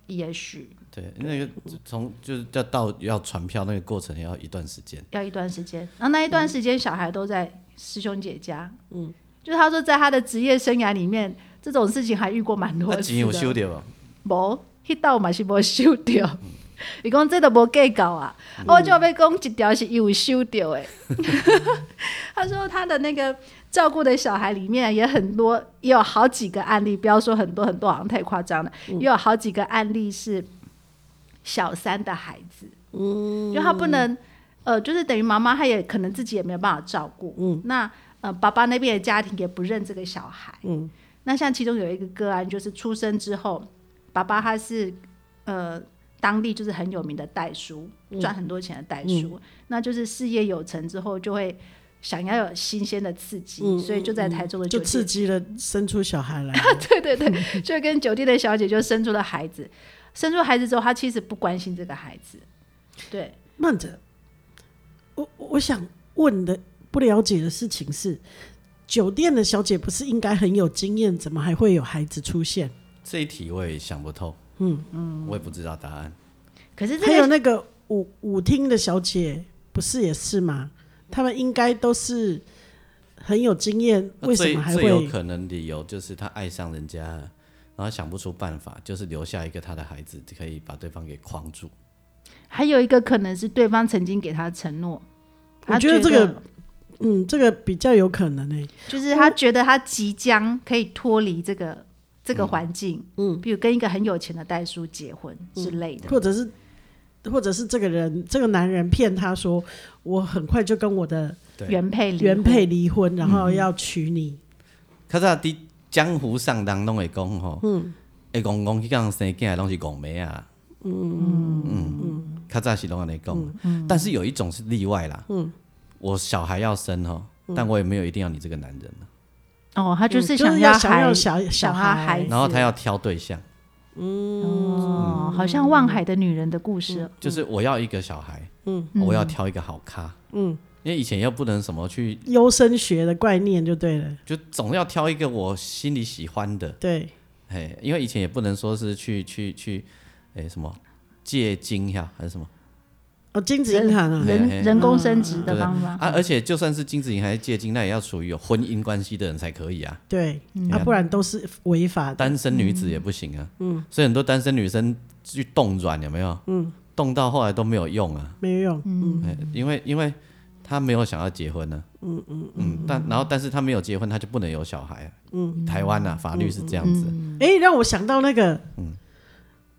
Speaker 3: 也许。
Speaker 1: 对，那个从就是要到要传票那个过程也要一段时间，
Speaker 3: 要一段时间，然后那一段时间小孩都在师兄姐家，嗯，就是他说在他的职业生涯里面，这种事情还遇过蛮多
Speaker 1: 那钱
Speaker 3: 次
Speaker 1: 有
Speaker 3: 的。
Speaker 1: 收掉
Speaker 3: 无，迄道嘛是无收掉。
Speaker 1: 嗯
Speaker 3: 伊讲这都无计较啊，啊我就要讲一条是有收掉诶。 他说他的那个照顾的小孩里面也很多，也有好几个案例，不要说很多很多，好像太夸张了，也有好几个案例是小三的孩子，嗯，就他不能，呃，就是等于妈妈她也可能自己也没有办法照顾，嗯，那呃爸爸那边的家庭也不认这个小孩，嗯，那像其中有一个个案就是出生之后。爸爸他是呃当地就是很有名的代书，赚很多钱的代书，那就是事业有成之后就会想要有新鲜的刺激，所嗯以就在台中的
Speaker 2: 就
Speaker 3: 酒店，
Speaker 2: 刺激了生出小孩来，
Speaker 3: 对对对，就跟酒店的小姐就生出了孩子，生出孩子之后，她其实不关心这个孩子，对，
Speaker 2: 慢着，我我想问的不了解的事情是，酒店的小姐不是应该很有经验，怎么还会有孩子出现？
Speaker 1: 这一题我也想不透，嗯嗯，我也不知道答案。
Speaker 3: 可是这
Speaker 2: 还有
Speaker 3: 个
Speaker 2: 那个舞舞厅的小姐，不是也是吗？他们应该都是很有经验，
Speaker 1: 那
Speaker 2: 为什
Speaker 1: 呃最
Speaker 2: 么还
Speaker 1: 最有
Speaker 2: 会？
Speaker 1: 可能理由就是他爱上人家了，然后想不出办法，就是留下一个他的孩子，可以把对方给框住。
Speaker 3: 还有一个可能是对方曾经给他承诺，
Speaker 2: 我
Speaker 3: 他
Speaker 2: 觉得这个嗯，这个比较有可能诶、欸
Speaker 3: 就是他觉得他即将可以脱离这个这个环境，嗯，比如跟一个很有钱的代叔结婚之类的，
Speaker 2: 或者是或者是这个人这个男人骗他说我很快就跟我的
Speaker 1: 对
Speaker 3: 原配离婚嗯
Speaker 2: 原配离婚，然后要娶你。
Speaker 1: 较早伫江湖上人拢会讲吼，
Speaker 2: 嗯
Speaker 1: 会讲讲去讲生囝的拢是戆妹啊。
Speaker 2: 嗯
Speaker 1: 嗯嗯，较早是拢安尼讲，但是有一种是例外啦。嗯，我小孩要生吼，
Speaker 2: 嗯
Speaker 1: 但我也没有一定要你这个男人啊
Speaker 3: 哦，他就
Speaker 2: 就是是要
Speaker 3: 要
Speaker 2: 想
Speaker 3: 孩
Speaker 2: 要小小
Speaker 3: 想要孩
Speaker 2: 孩
Speaker 3: 子，
Speaker 1: 然后他要挑对象，
Speaker 2: 嗯
Speaker 3: 哦，好像望海的女人的故事，
Speaker 1: 就是我要一个小孩，嗯，我要挑一个好咖，嗯，因为以前又不能什么去，
Speaker 2: 优生学的概念就对了，
Speaker 1: 就总要挑一个我心里喜欢的，
Speaker 2: 对，
Speaker 1: 嘿，因为以前也不能说是去去去，哎什么借精呀还是什么。
Speaker 2: 哦，精子银行啊，
Speaker 1: 嘿
Speaker 3: 人人工生殖的
Speaker 1: 对
Speaker 3: 方法，
Speaker 1: 啊，而且就算是精子银还是借精，那也要属于有婚姻关系的人才可以啊，
Speaker 2: 对，
Speaker 1: 对
Speaker 3: 嗯
Speaker 2: 啊，
Speaker 1: 啊
Speaker 2: 不然都是违法的。
Speaker 1: 单身女子也不行啊。嗯，所以很多单身女生去冻卵有没有？嗯，冻到后来都没有用啊，
Speaker 2: 没有用，嗯，
Speaker 1: 哎因为因为她没有想要结婚呢、啊。嗯嗯嗯，但然后但是她没有结婚，她就不能有小孩、啊。嗯，台湾啊，法律是这样子。
Speaker 3: 嗯
Speaker 2: 哎、让我想到那个，嗯，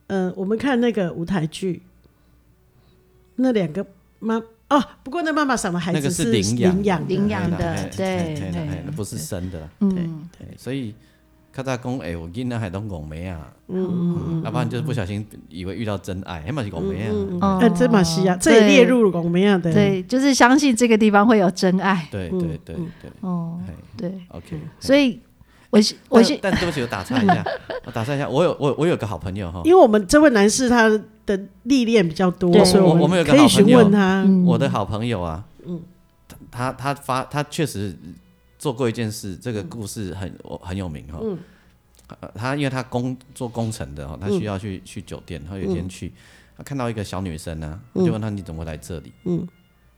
Speaker 2: 呃，我们看那个舞台剧，那两个妈哦，不过那妈妈什么孩
Speaker 1: 那
Speaker 2: 子
Speaker 1: 个是
Speaker 2: 领
Speaker 1: 领养
Speaker 2: 养的，
Speaker 3: 领养的
Speaker 1: 哎
Speaker 3: 对
Speaker 1: 哎哎
Speaker 3: 对
Speaker 1: 哎那不是生的啦。
Speaker 3: 嗯，
Speaker 1: 哎所以较早讲，哎，我囡仔还拢戆妹啊。嗯嗯，要不然就是不小心以为遇到真爱，那嘛是戆妹啊。
Speaker 3: 哦
Speaker 2: 哎，这马西亚，这也列入我们样的，
Speaker 3: 对，就是相信这个地方会有真爱，
Speaker 1: 对对对对，
Speaker 3: 哦，
Speaker 1: 哎
Speaker 3: 对，
Speaker 1: ，OK。
Speaker 3: 所以我是我是
Speaker 1: 但但对不起，我打岔一下，我打岔一下，我有我我有个好朋友哈，
Speaker 2: 因为我们这位男士他的历练比较多
Speaker 3: 对，
Speaker 2: 所以
Speaker 1: 我我们
Speaker 2: 们
Speaker 1: 有个
Speaker 2: 可以
Speaker 1: 好朋
Speaker 2: 询
Speaker 1: 友
Speaker 2: 问他，
Speaker 3: 嗯
Speaker 1: 我的好朋友啊，嗯，他他发他确实做过一件事，这个故事很我很有名哈。呃他因为他工做工程的哈，他需要去去酒店，他有一天去，他看到一个小女生呢，他就问她你怎么会来这里？嗯，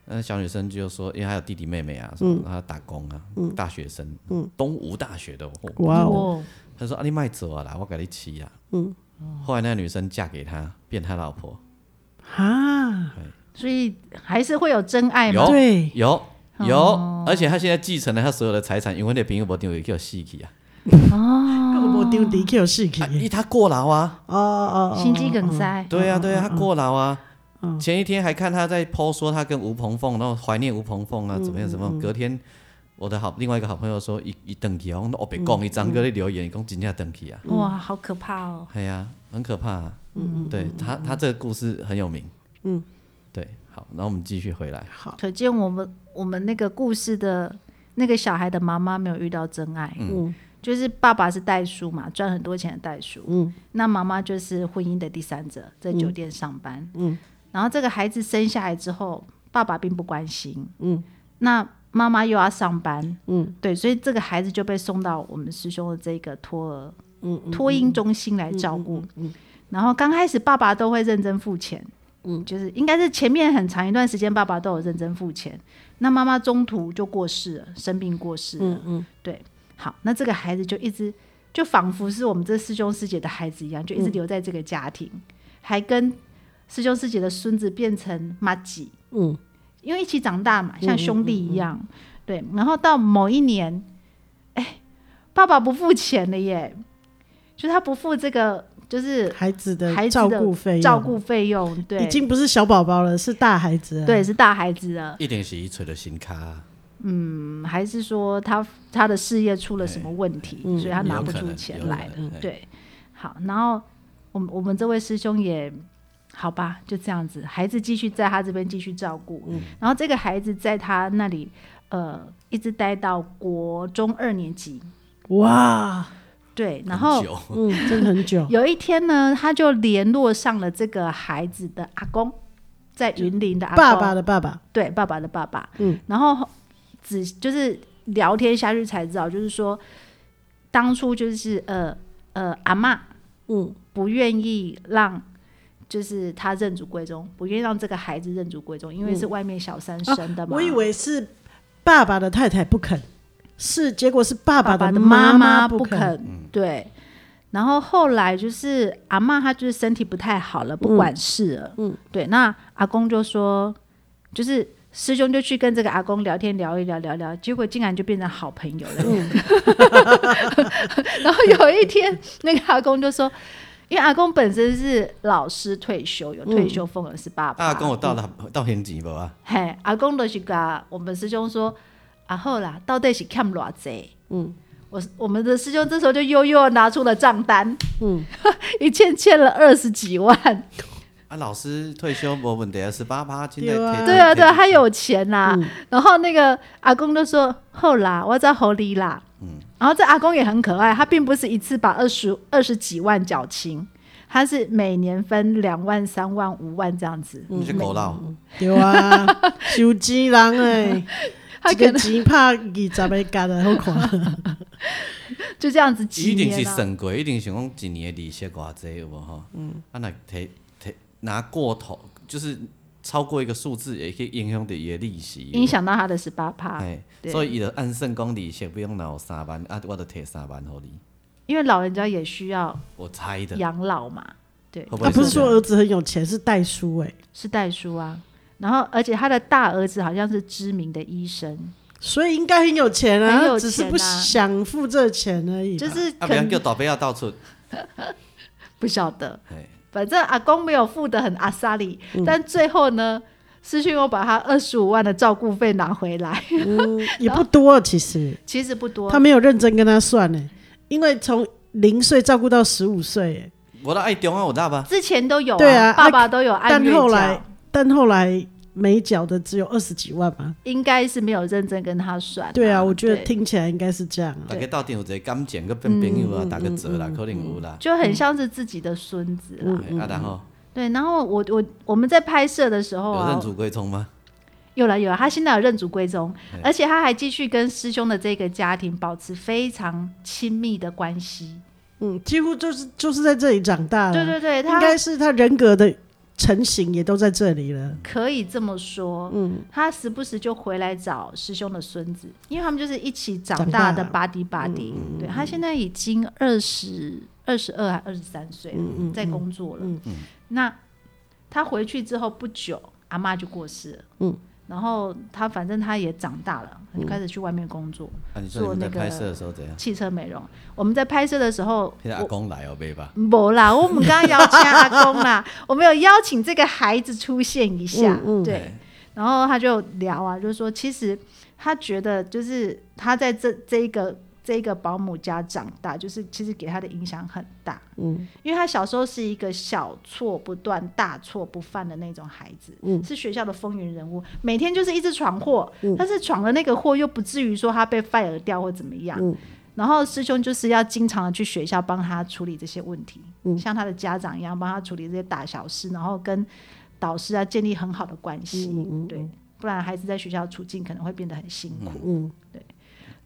Speaker 1: 那小女生就说，因为她有弟弟妹妹啊，什么，她打工啊，大学生，东吴大学的哦，
Speaker 2: 哇哦，
Speaker 3: 哦，
Speaker 1: 他说：“啊，你卖走啊啦，我给你吃啊。”嗯。后来那个女生嫁给他，变他老婆。
Speaker 3: 嗯
Speaker 2: 啊，
Speaker 3: 所以还是会有真爱嘛
Speaker 1: 有，
Speaker 2: 对，
Speaker 3: 哦
Speaker 1: 有有，而且他现在继承了他所有的财产，因为那朋友不丢给我死去啊，
Speaker 3: 哦
Speaker 2: 我我丢 DQ 事
Speaker 1: 啊
Speaker 2: 情，
Speaker 1: 因为他过劳啊，
Speaker 2: 哦哦，哦
Speaker 3: 心肌梗塞，
Speaker 1: 对啊对啊，他过劳啊。前一天还看他在 PO 说他跟吴鹏凤，然后怀念吴鹏凤啊，怎么样怎么样。隔天我的好另外一个好朋友说，一一登去啊，我说我别讲，一张哥的留言，讲真正登去啊，
Speaker 3: 哇，好可怕哦，
Speaker 1: 哎呀，很可怕啊。嗯对他他这个故事很有名。嗯，对，好，那我们继续回来。
Speaker 2: 好，
Speaker 3: 可见我们我们那个故事的那个小孩的妈妈没有遇到真爱，嗯，就是爸爸是代叔嘛，赚很多钱的代叔，嗯，那妈妈就是婚姻的第三者，在酒店上班，嗯，然后这个孩子生下来之后，爸爸并不关心，嗯，那妈妈又要上班，嗯，对，所以这个孩子就被送到我们师兄的这个托儿，嗯，托婴中心来照顾，然后刚开始爸爸都会认真付钱，嗯，就是应该是前面很长一段时间爸爸都有认真付钱，那妈妈中途就过世了，生病过世了，嗯对，好，那这个孩子就一直就仿佛是我们这师兄师姐的孩子一样，就一直留在这个家庭，还跟师兄师姐的孙子变成妈吉，
Speaker 2: 嗯，
Speaker 3: 因为一起长大嘛，像兄弟一样，对，然后到某一年，哎，爸爸不付钱了耶，就是他不付这个。就是
Speaker 2: 哦孩子
Speaker 3: 孩
Speaker 2: 的
Speaker 3: 子的
Speaker 2: 照顾费用，
Speaker 3: 照顾费用，对，
Speaker 2: 已经不是小宝宝了，是大孩子了，
Speaker 3: 对是大孩子了，
Speaker 1: 一定是伊找的新卡啊，
Speaker 3: 嗯，还是说他他的事业出了什么问题，所以他拿
Speaker 1: 有
Speaker 3: 不
Speaker 1: 可
Speaker 3: 出
Speaker 1: 能
Speaker 3: 钱
Speaker 1: 有可
Speaker 3: 来了，
Speaker 1: 能哎
Speaker 3: 对，好，然后我们我们这位师兄也好吧，就这样子，孩子继续在他这边继续照顾，然后这个孩子在他那里呃一直待到国中二年级，
Speaker 2: 哇，
Speaker 3: 对，然
Speaker 1: 很
Speaker 3: 后，
Speaker 1: 久
Speaker 2: 嗯，真的很久
Speaker 3: 有一天呢，他就联络上了这个孩子的阿公，在云林的阿公，
Speaker 2: 爸爸的爸爸，
Speaker 3: 对爸爸的爸爸，嗯，然后只就是聊天下去才知道，就是说当初就是呃呃阿嬷
Speaker 2: 嗯
Speaker 3: 不愿意让就是他认祖归宗，不愿意让这个孩子认祖归宗，因为是外面小三生的嘛。
Speaker 2: 嗯啊我以为是爸爸的太太不肯，是结果是爸
Speaker 3: 爸
Speaker 2: 的
Speaker 3: 的妈
Speaker 2: 妈
Speaker 3: 不
Speaker 2: 肯。
Speaker 3: 对。然后后来就是阿嬷她就是身体不太好了，不管事了。嗯，对。那阿公就说，就是师兄就去跟这个阿公聊天，聊一聊，聊一聊，结果竟然就变成好朋友了。 然后有一天，那个阿公就说。因为阿公本身是老师退休，有退休俸的是爸爸。
Speaker 1: 啊，跟我到了到现钱无啊？
Speaker 3: 嘿，阿公就是甲我们师兄说，啊好啦，到底是欠偌济？嗯，我我们的师兄这时候就悠悠地拿出了账单，嗯， 一欠欠了二十几万，
Speaker 1: 啊，老师退休无问题啊，十八趴现在
Speaker 2: 对啊
Speaker 1: 提
Speaker 3: 对啊对啊，
Speaker 1: 提
Speaker 3: 他有钱啦。然后那个阿公就说，好啦，我在侯里啦，嗯，然后这阿公也很可爱，他并不是一次把二十二十几万缴清。他是每年分两万、三万、五万这样子，
Speaker 1: 你是狗佬，
Speaker 3: 嗯
Speaker 2: 对 啊，收钱人诶，
Speaker 3: 他
Speaker 2: 一
Speaker 3: 可
Speaker 2: 个
Speaker 3: 能
Speaker 2: 钱拍二十个夹的好 看。
Speaker 3: 就这样子几
Speaker 1: 一定
Speaker 3: 年、啊。
Speaker 1: 是算过，一定想讲一年的利息偌济有无吼？嗯，啊，若提提拿过头，就是超过一个数字，也去影响到伊的利息。
Speaker 3: 影响到他的十八趴，
Speaker 1: 哎，
Speaker 3: 对
Speaker 1: 所以伊就按算讲利息，比如讲若有三万，啊，我就摕三万互你，
Speaker 3: 因为老人家也需要
Speaker 1: 我猜的。
Speaker 3: 养老嘛，对，
Speaker 1: 会不
Speaker 2: 他啊
Speaker 1: 会
Speaker 2: 不是
Speaker 1: 这
Speaker 2: 说
Speaker 1: 样
Speaker 2: 儿子很有钱，是代书诶，
Speaker 3: 是代书啊。然后，而且他的大儿子好像是知名的医生，
Speaker 2: 所以应该很有钱啊，
Speaker 3: 很有钱
Speaker 2: 只
Speaker 3: 啊
Speaker 2: 是不想付这钱而已。
Speaker 3: 就是
Speaker 1: 啊，
Speaker 3: 可
Speaker 1: 不然
Speaker 3: 能
Speaker 1: 叫大伯要到处，
Speaker 3: 不晓得，
Speaker 1: 哎，
Speaker 3: 反正阿公没有付的很阿萨里，
Speaker 2: 嗯
Speaker 3: 但最后呢，师兄又把他二十五万的照顾费拿回来，
Speaker 2: 嗯，也不多，其实
Speaker 3: 其实不多
Speaker 2: 他，没有认真跟他算呢，因为从零岁照顾到十五岁耶，
Speaker 1: 我都爱中啊，有搭吧。
Speaker 3: 之前都有、
Speaker 2: 对啊
Speaker 3: 爸爸都有按
Speaker 2: 但
Speaker 3: 月
Speaker 2: 后
Speaker 3: 缴
Speaker 2: 来，但后来没缴的只有二十几万嘛。
Speaker 3: 应该是没有认真跟他算、
Speaker 2: 对啊，我觉得
Speaker 3: 对
Speaker 2: 听起来应该是这样啊。
Speaker 1: 大家到底有一个感情，个变朋
Speaker 3: 嗯
Speaker 1: 友啊，打个折啦，可能有啦。
Speaker 3: 就
Speaker 2: 嗯
Speaker 3: 很像是自己的孙子啦。
Speaker 1: 哎啊，然后
Speaker 3: 对，然后我我我们在拍摄的
Speaker 2: 哦
Speaker 3: 时候
Speaker 1: 有
Speaker 3: 啊
Speaker 1: 认，祖归宗吗？
Speaker 3: 有了有了，他现在有认祖归宗，而且他还继续跟师兄的这个家庭保持非常亲密的关系。
Speaker 2: 嗯，几乎就是就是在这里长大
Speaker 3: 对
Speaker 2: 了，
Speaker 3: 对对，
Speaker 2: 呃应
Speaker 3: 他
Speaker 2: 该是他人格的成型也都在这里了。
Speaker 3: 可以这么说。嗯，他时不时就回来找师兄的孙子，因为他们就是一起长
Speaker 2: 长
Speaker 3: 大
Speaker 2: 大嗯
Speaker 3: 的巴迪巴迪。对他现在已经二十二十二还二十三岁了，
Speaker 2: 嗯
Speaker 3: 在工作了。那他回去之后不久，阿妈就过世了。嗯。然后他反正他也长大了，
Speaker 2: 嗯
Speaker 3: 他就开始去外面工作，
Speaker 1: 啊，你说你们
Speaker 3: 做那
Speaker 1: 在
Speaker 3: 个
Speaker 1: 拍摄的时候怎样？
Speaker 3: 汽车美容。我们在拍摄的时候，
Speaker 1: 现在阿公来哦，袂吧？
Speaker 3: 没啦，我们刚刚邀请阿公 啦，我们有邀请这个孩子出现一下，对，然后他就聊啊，就说其实他觉得就是他在这这一个这一个保姆家长大，就是其实给他的影响很大，嗯，因为他小时候是一个小错不断、大错不犯的那种孩子，嗯，是学校的风云人物，每天就是一直闯祸，
Speaker 2: 嗯
Speaker 3: 但是闯了那个祸又不至于说他被 fire 掉或怎么样，
Speaker 2: 嗯
Speaker 3: 然后师兄就是要经常的去学校帮他处理这些问题，
Speaker 2: 嗯
Speaker 3: 像他的家长一样帮他处理这些大小事，然后跟导师啊建立很好的关系，
Speaker 2: 嗯
Speaker 3: 对，不然孩子在学校处境可能会变得很辛苦，
Speaker 2: 嗯
Speaker 3: 对。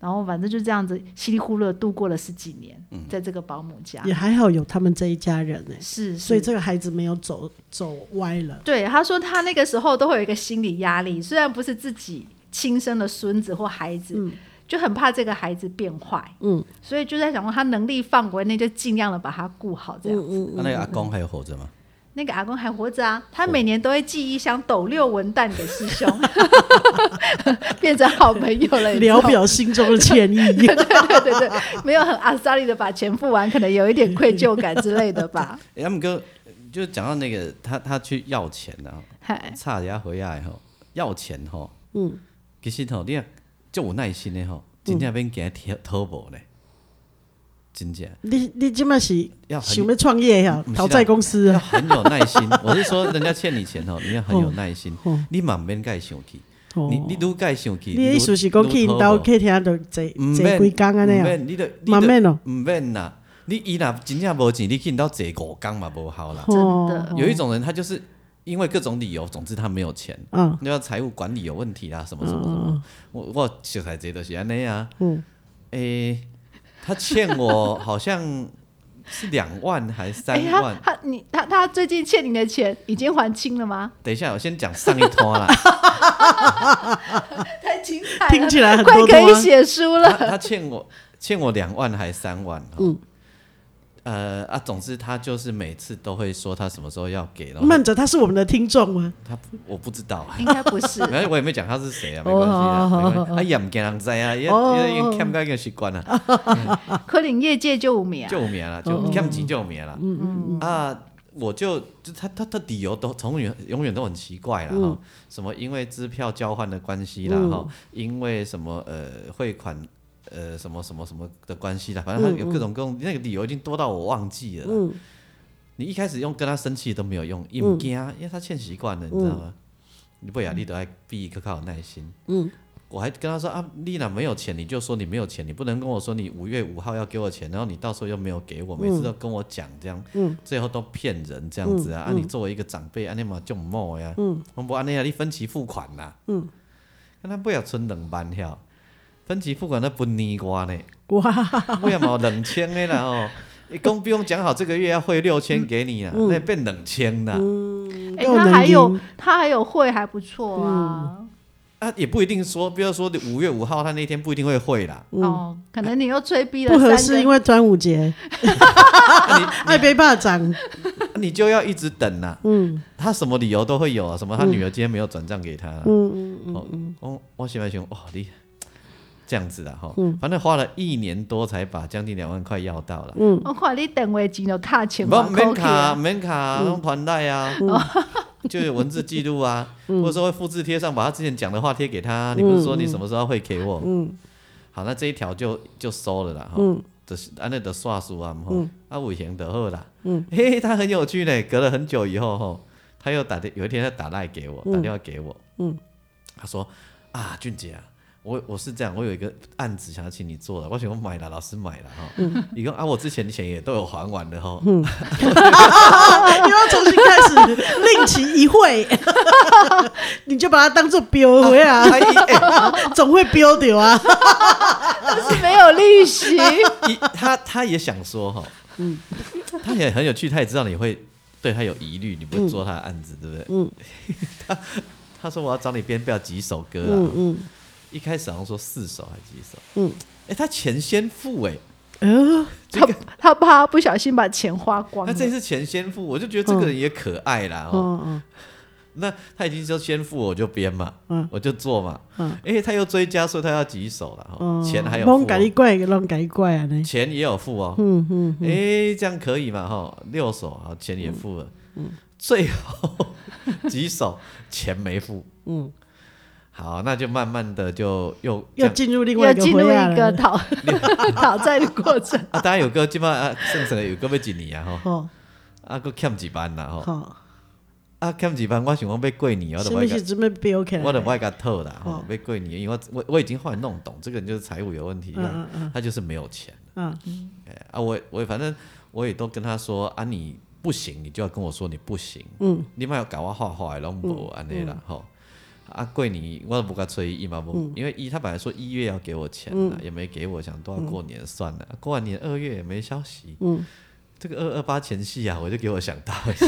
Speaker 3: 然后反正就这样子稀里糊涂地度过了十几年，
Speaker 2: 嗯
Speaker 3: 在这个保姆家，
Speaker 2: 也还好有他们这一家人呢、
Speaker 3: 啊是，
Speaker 2: 所以
Speaker 3: 是。
Speaker 2: 这个孩子没有走走歪了。
Speaker 3: 对，他说他那个时候都会有一个心理压力，虽然不是自己亲生的孙子或孩子，
Speaker 2: 嗯
Speaker 3: 就很怕这个孩子变坏，嗯，所以就在想说他能力范围内就尽量的把他顾好，这样。
Speaker 2: 嗯
Speaker 1: 啊，那个阿公还有活着吗？
Speaker 3: 那个阿公还活着啊，
Speaker 2: 哦
Speaker 3: 他每年都会寄一箱斗六文蛋给师兄， 变成好朋友了，你知道
Speaker 2: 聊
Speaker 3: 吗
Speaker 2: 表心中的歉意，
Speaker 3: 对对对，没有很阿萨利的把钱付完，可能有一点愧疚感之类的 吧。
Speaker 1: 哎他们哥就讲到那个他他去要钱啊，
Speaker 3: 嗨
Speaker 2: 哎
Speaker 1: 差一下回来吼，要钱吼，嗯，其实吼，你也足有耐心的
Speaker 2: 嗯
Speaker 1: 吼，真正免惊讨讨无咧，真正
Speaker 2: 你你这么是
Speaker 1: 要很
Speaker 2: 想要创业呀
Speaker 1: 不是？啦
Speaker 2: 讨债公司
Speaker 1: 要
Speaker 2: 啊？
Speaker 1: 很有耐 心。我是说，人家欠你钱吼，你要很有耐心，你嘛免介生气，你你愈介生气，
Speaker 2: 哦你的意思是讲去因兜去听到坐
Speaker 1: 毋
Speaker 2: 坐几工安尼啊？
Speaker 1: 嗯免，你著
Speaker 2: 嘛免哦
Speaker 1: 毋免啦。你伊若真正无钱，你去因兜坐五工嘛无效啦。
Speaker 3: 真
Speaker 2: 哦
Speaker 3: 的
Speaker 1: 有一种人，他就是因为各种理由，总之他没有钱，
Speaker 2: 嗯，
Speaker 1: 那要财务管理有问题啊啦，什么什么什
Speaker 2: 哦
Speaker 1: 么。我我小孩子都是安尼啊，
Speaker 2: 嗯
Speaker 1: 诶、他欠我好像是两万还是
Speaker 3: 哎、
Speaker 1: 三
Speaker 3: 他
Speaker 1: 万？
Speaker 3: 他你他他最近欠你的钱已经还清了吗？
Speaker 1: 等一下，我先讲上一拖 啦。
Speaker 3: 太精彩了，
Speaker 2: 听起来很
Speaker 3: 快
Speaker 2: 多
Speaker 3: 可
Speaker 2: 多
Speaker 3: 以
Speaker 2: 啊。
Speaker 3: 写书
Speaker 1: 他
Speaker 3: 了。
Speaker 1: 他欠我欠我两万还三万、哦，嗯，呃啊，总之他就是每次都会说他什么时候要给，然后
Speaker 2: 慢着，他是我们的听众啊吗？
Speaker 1: 他我不知道啊，
Speaker 3: 应该不 是，
Speaker 1: 反正我也没讲他是谁啊，没关系
Speaker 3: 哦
Speaker 1: 啊，
Speaker 3: 好好
Speaker 1: 没关系啊，也唔惊人知啊，也
Speaker 2: 哦
Speaker 1: 也也欠到一个习惯啊，
Speaker 3: 可能业界就五啊秒。
Speaker 1: 救命啦，就欠钱救命啦，嗯嗯嗯啊。我就就他他的理由都从远永远都很奇怪啦哈、什么因为支票交换的关系啦哈、因为什么呃汇款呃什么什么什么的关系啦，反正他有各种各种、那个理由已经多到我忘记了啦。
Speaker 2: 嗯
Speaker 1: 你一开始用跟他生气都没有用，因为惊，因为他欠习惯了，你知道吗？你不雅丽都爱逼一个靠有耐心。嗯，我还跟他说啊，丽娜没有钱，你就说你没有钱，你不能跟我说你五月五号要给我钱，然后你到时候又没有给我，每次都跟我讲这样，嗯最后都骗人这样子啊！啊，你作为一个长辈，安尼嘛就唔好呀，嗯，我不安尼啊，你分期付款啦，嗯，跟他不要存两万了，分期付款那不腻瓜呢。
Speaker 2: 哇，
Speaker 1: 为什么冷千的啦哦？你公不用讲好这个月要汇六千给你啦，啊那变冷千啦。
Speaker 3: 哎、
Speaker 2: 够
Speaker 3: 他
Speaker 2: 能
Speaker 3: 还有
Speaker 2: 赢
Speaker 3: 他还有会还不错啊。
Speaker 1: 啊，也不一定说，比如说五月五号他那天不一定会汇 啦。
Speaker 3: 哦，可能你又催逼了
Speaker 2: 嗯不
Speaker 3: 三
Speaker 2: 合
Speaker 3: 个。
Speaker 2: 适，因为端午 节，
Speaker 1: 啊
Speaker 2: 爱被霸掌。
Speaker 1: 你就要一直等呐、嗯，他什么理由都会有啊，什么他女儿今天没有转账给他、嗯嗯嗯哦，我喜欢熊，哇，你这样子啦啊哈，反正花了一年多才把将近两万块要到了。
Speaker 3: 我看你等位钱就卡钱
Speaker 1: 不
Speaker 3: 嘛，
Speaker 1: 免
Speaker 3: 扣起啊
Speaker 1: 卡
Speaker 3: 来
Speaker 1: 免卡，用传带啊， 就有文字记录啊，或者说会复制贴上，把他之前讲的话贴给他。你不是说你什么时候会给我？好，那这一条就就收了啦。哈，就是安那的算数啊，哈，啊尾行得后啦。嘿嘿，他很有趣呢。隔了很久以后，哈，他又打电，有一天他打赖给我，打电话给我，他说啊，俊杰啊。我我是这样，我有一个案子想要请你做的，我想我买了，老师买了哈。你说啊，我之前的钱也都有还完了哈，
Speaker 2: 啊又要重新开始，另起一会， 你就把它当做标回 啊，
Speaker 1: 哎哎
Speaker 2: 总会标掉啊。
Speaker 3: 但是没有 利息。
Speaker 1: 一他他也想说哈，嗯，他也很有趣，他也知道你会对他有疑虑，你不会做他的案子，对不对？嗯， 他他说我要找你编不了几首歌啊，嗯一开始好像说四首还是几首，嗯，哎、他钱先付哎、
Speaker 2: 呃，
Speaker 1: 这
Speaker 3: 他
Speaker 1: 个
Speaker 3: 他怕不小心把钱花光
Speaker 1: 他
Speaker 3: 了。
Speaker 1: 这次钱先付，我就觉得这个人也可爱啦，哦，
Speaker 2: 哦
Speaker 1: 那他已经说先付我就编嘛，
Speaker 2: 嗯
Speaker 1: 我就做嘛，
Speaker 2: 嗯，
Speaker 1: 哎、他又追加说他要几首了，哦
Speaker 2: 哦，
Speaker 1: 钱还有付
Speaker 2: 弄
Speaker 1: 哦、
Speaker 2: 改一怪，弄改一怪啊！呢，
Speaker 1: 钱也有付哦，
Speaker 2: 嗯嗯，
Speaker 1: 哎、这样可以嘛？哈，六首啊，钱也付了，
Speaker 2: 嗯
Speaker 1: 最后 几首钱没付，
Speaker 2: 嗯，
Speaker 1: 好，那就慢慢的就又这
Speaker 2: 又
Speaker 1: 样
Speaker 2: 进入另外
Speaker 3: 要
Speaker 2: 一个
Speaker 3: 进入
Speaker 2: 回啊
Speaker 3: 一个
Speaker 2: 了。 嗯
Speaker 3: 讨 讨债的过程。
Speaker 1: 啊，大家有个基本啊，剩剩的有个要一年啊吼，
Speaker 2: 哦，
Speaker 1: 啊，搁欠几班啦吼，
Speaker 2: 好，
Speaker 1: 啊，欠几班，我想讲要过年，我
Speaker 2: 什
Speaker 1: 都
Speaker 2: 么
Speaker 1: 买
Speaker 2: 时
Speaker 1: 个，
Speaker 2: 准备标起来？
Speaker 1: 我都买个套啦吼
Speaker 2: 哦，
Speaker 1: 要过年，因为我我我已经后来弄懂，这个人就是财务有问题，
Speaker 2: 嗯嗯嗯
Speaker 1: 他就是没有钱。
Speaker 2: 嗯
Speaker 1: 哎啊，我我反正我也都跟他说啊，你不行，你就要跟我说你不行。
Speaker 2: 嗯，
Speaker 1: 你莫要搞我画画的拢无安尼啦吼。啊，过年我都不敢催伊嘛，不，因为一他本来说一月要给我钱啦，也没给我，想都要过年算了，啊过完年二月也没消息。
Speaker 2: 嗯，
Speaker 1: 这个二二八前夕啊，我就给我想到一下，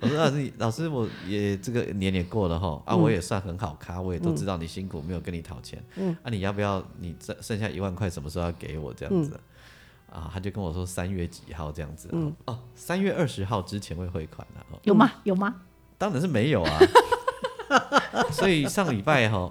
Speaker 1: 我说老师你，老师我也这个年也过了哈，啊，我也算很好咖，我也都知道你辛苦，没有跟你讨钱，嗯，啊，你要不要你剩剩下一万块什么时候要给我这样子啊？啊，他就跟我说三月几号这样子、啊，哦，三月二十号之前会汇款的、啊、哦，
Speaker 3: 有吗？有吗？
Speaker 1: 当然是没有啊，所以上礼拜哈，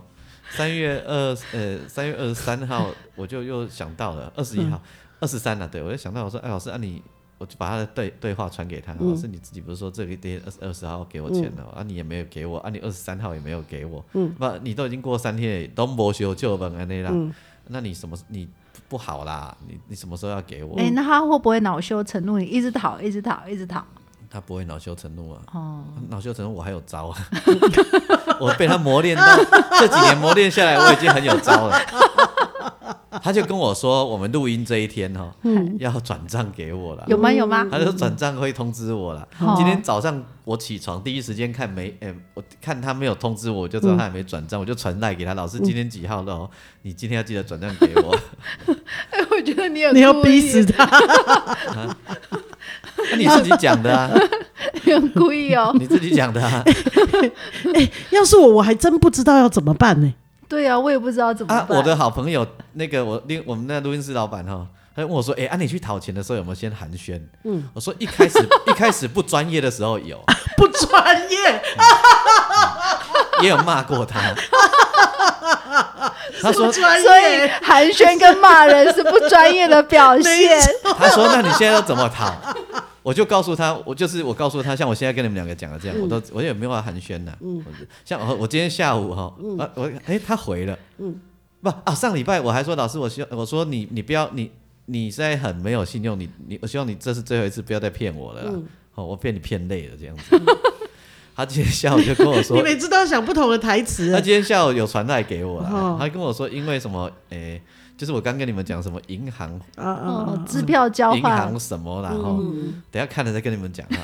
Speaker 1: 三月二呃三月二十三号我就又想到了二十一号二十三了，对我就想到我说哎老师啊你我就把他的对对话传给他，老师你自己不是说这个天二二十号给我钱了、啊你也没有给我啊你二十三号也没有给我，嗯，不你都已经过三天了都没修旧本安内啦，那你什么你不好啦，你你什么时候要给我？
Speaker 2: 嗯
Speaker 3: 哎、那他会不会恼羞成怒？你一直讨，一直讨，一直讨。
Speaker 1: 他不会恼羞成怒啊。
Speaker 3: 哦，
Speaker 1: 恼羞成怒，我还有招 啊！我被他磨练到这几年磨练下来，我已经很有招了。 他就跟我说，我们录音这一天哈、要转账给我了。
Speaker 3: 有吗？
Speaker 2: 嗯
Speaker 3: 有吗？
Speaker 1: 他就转账会通知我了。
Speaker 3: 哦
Speaker 1: 今天早上我起床第一时间看没，哎、我看他没有通知我，我就知道他还没转账，我就传赖给他，老师今天几号了哦？你今天要记得转账给我。 啊
Speaker 3: 哎，我觉得你有
Speaker 2: 你要
Speaker 3: 故
Speaker 2: 逼
Speaker 3: 意
Speaker 2: 死他，
Speaker 1: 那、你自己讲的啊，
Speaker 3: 你很故意哦。
Speaker 1: 你自己讲的啊。
Speaker 2: 要是我，我还真不知道要怎么办呢、
Speaker 3: 对啊，我也不知道怎么
Speaker 1: 啊，
Speaker 3: 办。
Speaker 1: 我的好朋友那个我另我们那录音室老板哈，他就问我说：“哎、啊，你去讨钱的时候有没有先寒暄？”嗯，我说一 开始一开始不专业的时候有，
Speaker 2: 不专业，
Speaker 1: 也有骂 过他。他说
Speaker 2: 不专
Speaker 3: 所以
Speaker 2: 业，
Speaker 3: 寒暄跟骂人是不专业的表现
Speaker 2: 没。
Speaker 1: 他说：“那你现在要怎么讨？” 我就告诉他，我就是我告诉他，像我现在跟你们两个讲的
Speaker 2: 嗯
Speaker 1: 这样，我都我也没有办法寒暄呐、我像哦我我今天下午哈，
Speaker 2: 嗯
Speaker 1: 啊我哎、他回了，嗯，不啊上礼拜我还说老师，我希望我说你你不要你你现在很没有信用，你你我希望你这是最后一次不要再骗我了
Speaker 2: 嗯
Speaker 1: 啦，哦我被你骗累了这样子。 他今天下午就跟我 说
Speaker 2: 你，每次都要想不同的台词、
Speaker 1: 他今天下午有传来给我
Speaker 2: 哦
Speaker 1: 了，他跟我说因为什么诶、就是我刚跟你们讲什么银行
Speaker 2: 啊啊
Speaker 3: 哦
Speaker 2: 啊，！
Speaker 3: 支票交
Speaker 1: 嗯银
Speaker 3: 换
Speaker 1: 行什么啦，然后等一下看了再跟你们讲啊。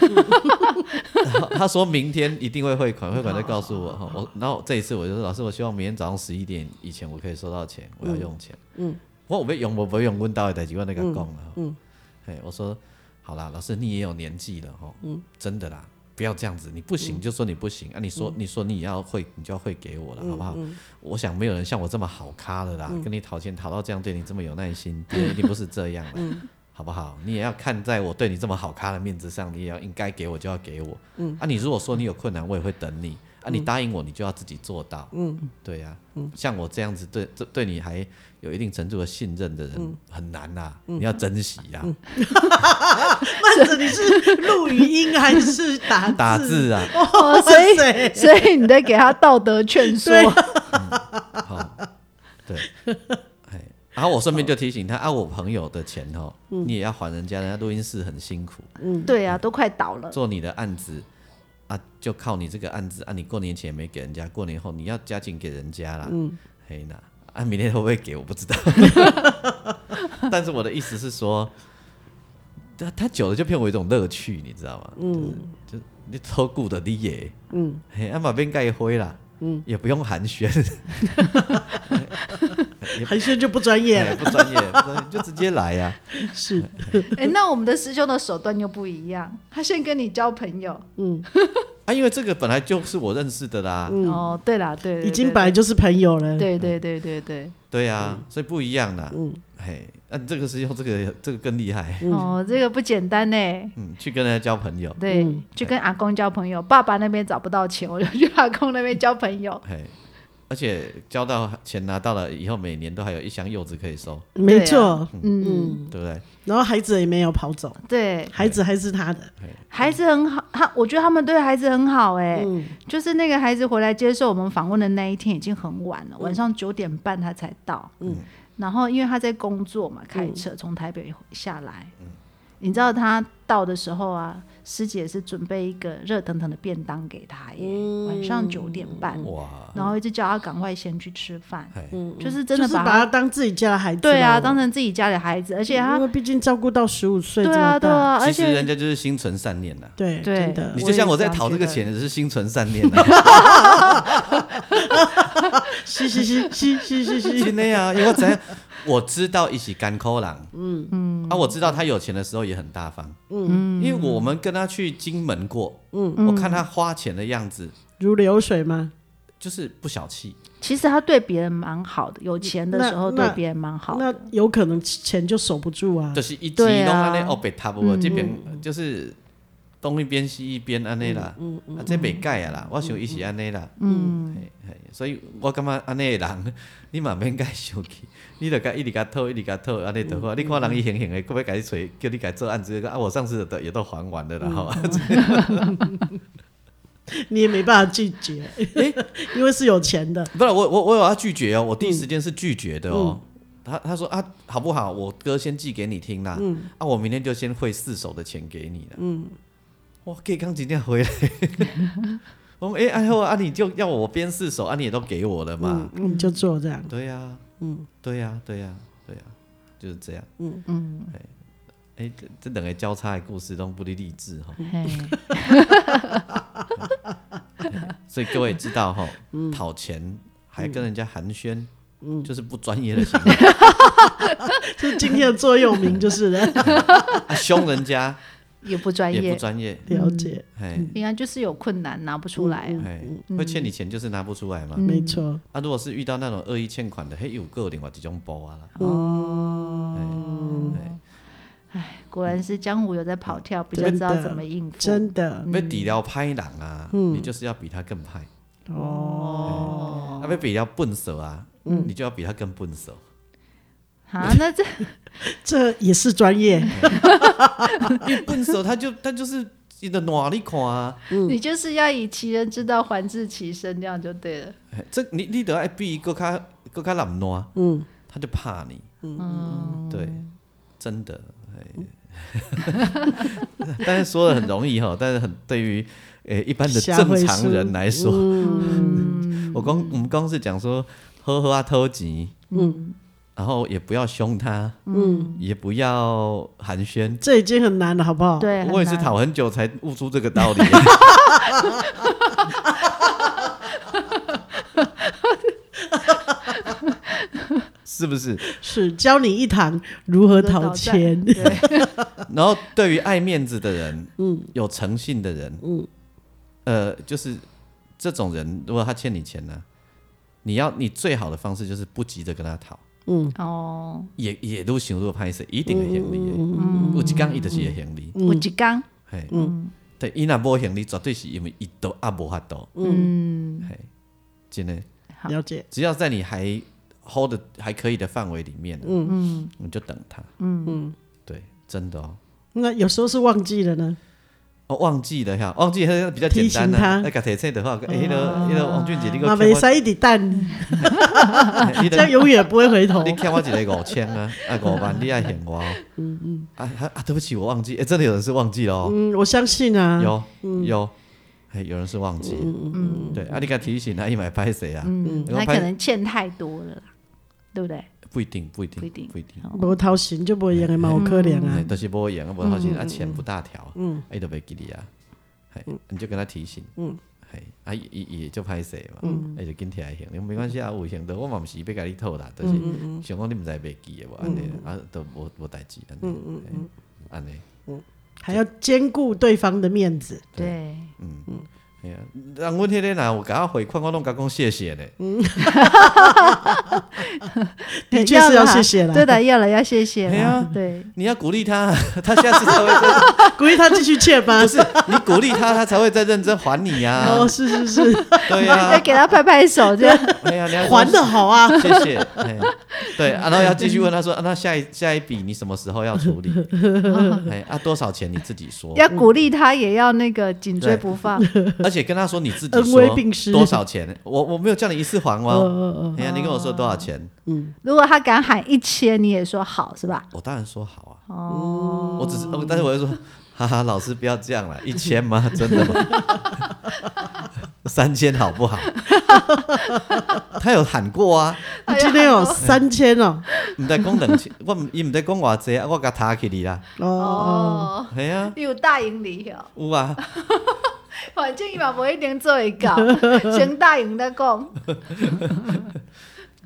Speaker 1: 然后 他说明天一定会汇款，汇款再告诉我哈。我然后这一次我就说老师，我希望明天早上十一点以前我可以收到钱，我要用钱。嗯，我我不用我不用问到底代志，我那个讲了。嗯，嘿，我说好啦，老师你也有年纪了哈，嗯，真的啦。不要这样子，你不行就说你不行、啊！你说你说你也要汇，你就要汇给我了，好不好？我想没有人像我这么好咖了啦，跟你讨钱讨到这样，对你这么有耐心，一定不是这样啦。好不好？你也要看在我对你这么好咖的面子上，你也要应该给我就要给我。嗯，啊，你如果说你有困难，我也会等你。啊，你答应我，你就要自己做到。嗯，对呀、嗯，像我这样子对这对你还有一定程度的信任的人，很难呐、啊你要珍惜啊呀、
Speaker 2: 慢着，你是录语音还是打字？
Speaker 1: 打字啊，
Speaker 3: 哦，所以
Speaker 2: 哇塞
Speaker 3: 所以你在给他道德劝说，
Speaker 1: 好、哦对，哎，然后我顺便就提醒他，啊，我朋友的钱哦，你也要还人家，人家录音室很辛苦。
Speaker 3: 对啊，都快倒了，
Speaker 1: 做你的案子啊，就靠你这个案子啊，你过年前没给人家，过年后你要加紧给人家啦。嗯，嘿那啊，明天会不会给我不知 道，但是我的意思是说，他他久了就变我一种乐趣，你知道吗？嗯，就你偷顾的你也，嗯，嘿，啊，马边盖灰啦。嗯，也不用寒暄，
Speaker 2: 寒暄就不专业
Speaker 1: 嘿
Speaker 2: 了，
Speaker 1: 不专业，不专业，就直接来啊呀、
Speaker 2: 是
Speaker 3: 哎、那我们的师兄的手段又不一样，他先跟你交朋友。
Speaker 1: 啊！因为这个本来就是我认识的啦，
Speaker 3: 哦，对啦，对
Speaker 2: 已经本来。就是朋友
Speaker 1: 嗯
Speaker 2: 了。
Speaker 3: 对对对对对
Speaker 1: 对呀、所以不一样啦。嗯，嘿，那、这个是用这个这个更厉害。
Speaker 3: 对，哦，这个不简单呢。
Speaker 1: 嗯，去跟人家交朋友，
Speaker 3: 对，去跟阿公交朋友，爸爸那边找不到钱，我就去阿公那边交朋友。
Speaker 1: 嘿，而且交到钱拿到了以后，每年都还有一箱柚子可以收，
Speaker 3: 啊
Speaker 2: 没错。
Speaker 3: 嗯，
Speaker 1: 对不对？
Speaker 2: 然后孩子也没有跑走，
Speaker 3: 对，
Speaker 2: 孩子还是他的。
Speaker 3: 孩子很好，他我觉得他们对孩子很好哎、就是那个孩子回来接受我们访问的那一天已经很晚了，晚上九点半他才到，嗯，然后因为他在工作嘛，开车从台北下来，你知道他到的时候啊，师姐是准备一个热腾腾的便当给他耶，晚上九点半，
Speaker 1: 哇，
Speaker 3: 然后一直叫他赶快先去吃饭，
Speaker 1: 嘿，
Speaker 3: 就是真
Speaker 2: 就
Speaker 3: 的
Speaker 2: 是
Speaker 3: 把
Speaker 2: 把
Speaker 3: 他
Speaker 2: 他当自己家的孩子。
Speaker 3: 对啊，当成自己家里孩子，而
Speaker 2: 而
Speaker 3: 且他
Speaker 2: 因为毕竟照顾到十五岁这
Speaker 3: 对
Speaker 2: 么
Speaker 3: 啊对
Speaker 2: 大，
Speaker 3: 啊，而
Speaker 1: 其实
Speaker 3: 且
Speaker 1: 人家就是心存善念呐。
Speaker 2: 对
Speaker 3: 对
Speaker 2: 真的
Speaker 1: 你
Speaker 3: 我
Speaker 1: 就像
Speaker 3: 也
Speaker 1: 我在
Speaker 3: 这样
Speaker 1: 讨这
Speaker 3: 觉
Speaker 1: 个
Speaker 3: 得
Speaker 1: 钱，也是心存善念 呐，
Speaker 2: 是是是是是是是，
Speaker 1: 真的呀。因为我怎样，我知道一起干抠狼，嗯嗯，啊，我知道他有钱的时候也很大方，嗯，因为我们跟他去金门过，嗯，我看他花钱的样子
Speaker 2: 如流水吗？
Speaker 1: 就是不小气，
Speaker 3: 其实他对别人蛮好的，有钱的时候
Speaker 2: 那
Speaker 3: 对
Speaker 2: 那
Speaker 3: 别人蛮 好的。
Speaker 2: 那有可能钱就守不住啊
Speaker 1: 就。是一集
Speaker 3: 对
Speaker 1: 拢
Speaker 3: 啊
Speaker 1: 安尼哦，北塔无这边就是东一边西一边安尼啦，啊这北改啊啦，我想伊是安尼啦，嗯，所以我感觉安尼的人，你嘛免介生气， 你著甲一直甲讨，一直甲讨，安尼就好。你看人伊行行的，搁要甲你找，叫你甲做案子，啊我上次的也都还完了啦吼。
Speaker 2: 你也没办法拒 绝，因为是有钱的。
Speaker 1: 不是我我我有要拒绝哦，我第一时间是拒绝的哦。他他说啊，好不好？我歌先寄给你听啦，啊，我明天就先汇四首的钱给你了。嗯，哇，给刚今天回来， 我说哎，哎呦啊，你就要
Speaker 3: 嗯
Speaker 1: 我编四首啊，你也都给我了嘛。
Speaker 2: 嗯，你就做这样。
Speaker 1: 对呀、嗯，对呀、对呀、对就是这样。嗯嗯，哎哎，这这两个交叉的故事都不离励志哈。
Speaker 3: 嘿，
Speaker 1: 所以各位知道哈，讨钱还跟人家寒暄，就是不专业的行为，
Speaker 2: 就今天的座右铭就是 了，
Speaker 1: 啊凶人
Speaker 3: 哎
Speaker 1: 家
Speaker 3: 也嗯不专
Speaker 1: 也
Speaker 3: 业
Speaker 1: 不，专业，
Speaker 2: 了解，
Speaker 1: 哎
Speaker 3: 应该就是有困难拿不出来啊。
Speaker 1: 哎，会欠你钱就是拿不出来
Speaker 3: 嗯
Speaker 1: 嘛。
Speaker 2: 没错，
Speaker 1: 啊，如果是遇到那种恶意欠款的，嘿，有个另外几种包啊啦。
Speaker 3: 哦，哎，果然是江湖有在跑跳，比较知道
Speaker 2: 真的
Speaker 3: 怎么应付。
Speaker 2: 真
Speaker 3: 嗯
Speaker 2: 的
Speaker 1: 要比了歹人啊，你就是要比他更歹；
Speaker 3: 哦，嗯
Speaker 1: 啊，要比了笨手啊，你就要比他更笨手。
Speaker 3: 啊，那 这
Speaker 2: 这也是专业，
Speaker 3: 嗯
Speaker 1: 因为笨手他就他就是你的哪里看啊？
Speaker 2: 嗯
Speaker 3: 你就是要以其人之道还治其身，这样就对了。
Speaker 1: 嘿这你你得要比更加更加懒惰，嗯，他就怕你，嗯，对，真的，哎， 但是说的很容易哈，但是很对于诶、一般的正常人来说，我刚我们刚刚是讲说呵呵啊偷急，嗯，然后也不要凶他，嗯，也不要寒暄。
Speaker 2: 这已经很难了，好不好？
Speaker 3: 对，
Speaker 1: 哦我也是
Speaker 3: 很难
Speaker 1: 讨很久才悟出这个道理，是不是？
Speaker 2: 是教你一堂如何讨钱，
Speaker 3: 对，
Speaker 1: 然后对于爱面子的人，嗯，有诚信的人，嗯，呃，就是这种人，如果他欠你钱呢、你要你最好的方式就是不急着跟他讨，
Speaker 3: 哦，
Speaker 1: 也也都行，如果拍摄一定会行李的，嗯，有一讲伊就是会行李，
Speaker 2: 嗯
Speaker 3: 我一刚，
Speaker 1: 嘿，嗯，对，伊若无行李，绝对是因为伊都啊无法度，
Speaker 3: 嗯，
Speaker 1: 嘿，真的。
Speaker 3: 好
Speaker 2: 了解，
Speaker 1: 只要在你还 hold 的还可以的范围里面，嗯嗯，你就等他，嗯嗯，对，真的哦。
Speaker 2: 那有时候是忘记了呢，
Speaker 1: 哦，忘记了哈，忘记了比较简单
Speaker 2: 提醒他
Speaker 1: 啊。那个铁菜的话，哎，那个那个王俊杰，你给
Speaker 2: 马
Speaker 1: 我
Speaker 2: 没
Speaker 1: 欠
Speaker 2: 塞一滴蛋，
Speaker 1: 我，嘿 你
Speaker 2: 这样
Speaker 1: 的
Speaker 2: 永远不会回头
Speaker 1: 你。欠我一个五千啊，啊五万，你爱嫌我哦，嗯嗯，啊啊啊，对不起，我忘记，哎，真的有人是忘记了哦，
Speaker 2: 嗯，我相信啊，
Speaker 1: 有有，哎，有人是忘记，嗯嗯，对，啊，你给他提醒他，一买拍谁啊？
Speaker 3: 嗯，
Speaker 1: 然后
Speaker 3: 那
Speaker 1: 拍
Speaker 3: 可能欠太多了啦，对不对？
Speaker 1: 不一定，不一定，
Speaker 3: 不一定
Speaker 1: 不一定。
Speaker 2: 无掏心就不会赢的嘛，有可怜
Speaker 1: 哎，
Speaker 2: 啊，
Speaker 1: 都是无用，啊，无好心，啊，钱不大条，嗯，哎，都袂记你啊，嘿，你就跟他提醒，嗯，嘿，啊，伊伊伊就歹势嘛，嗯，哎，就跟贴来行，你没关系啊，有行的，我嘛毋是要甲你讨啦，就是想讲你毋知袂记的无，安尼啊，都无无代志，安尼，嗯嗯安尼，
Speaker 2: 还要兼顾对方的面子，
Speaker 3: 对，
Speaker 1: 哎呀，人阮迄个若有甲我回款，我拢甲讲谢谢咧，
Speaker 2: 的确是要谢谢啦
Speaker 3: 对的，嗯要了要谢谢
Speaker 1: 哎
Speaker 3: 啦
Speaker 1: 呀，
Speaker 3: 对，
Speaker 1: 你要鼓励他，他下次才会认，
Speaker 2: 鼓励他继续欠吧
Speaker 1: 不。是你鼓励他，他才会再认真还你呀
Speaker 2: 哦，，是是是，
Speaker 1: 对
Speaker 3: 要
Speaker 1: 呀，
Speaker 3: 给他拍拍 手，这样
Speaker 1: 哎呀，你要
Speaker 2: 还的好 啊，
Speaker 1: 谢谢。哎对，啊、然后要继续问他说，啊、那下一下一笔你什么时候要处理？哎，啊，多少钱你自己说，
Speaker 3: 要鼓励他，也要那个紧追不放，
Speaker 1: 而且跟他说你自己
Speaker 2: 恩
Speaker 1: 说
Speaker 2: 威并施
Speaker 1: 多少钱，我我没有叫你一次还哦。
Speaker 2: 嗯嗯
Speaker 1: 哎呀，你跟我说多少钱，
Speaker 3: 如果他敢喊一千，你也说好是吧？
Speaker 1: 我当然说好啊。哦，我只是，哦但是我就说， 哈哈，老师不要这样了，一千吗？真的吗？三千好不好？他有喊过啊，
Speaker 3: 哎
Speaker 2: 嗯，你今天 有三千哦，
Speaker 1: 唔在讲两千，我唔伊唔在讲偌济，啊我甲他起你啦，
Speaker 2: 哦，
Speaker 3: 哦，
Speaker 1: 系啊，
Speaker 3: 有大盈利哦，
Speaker 1: 有啊。
Speaker 3: 反正伊嘛无一定做会到， 先大赢再讲，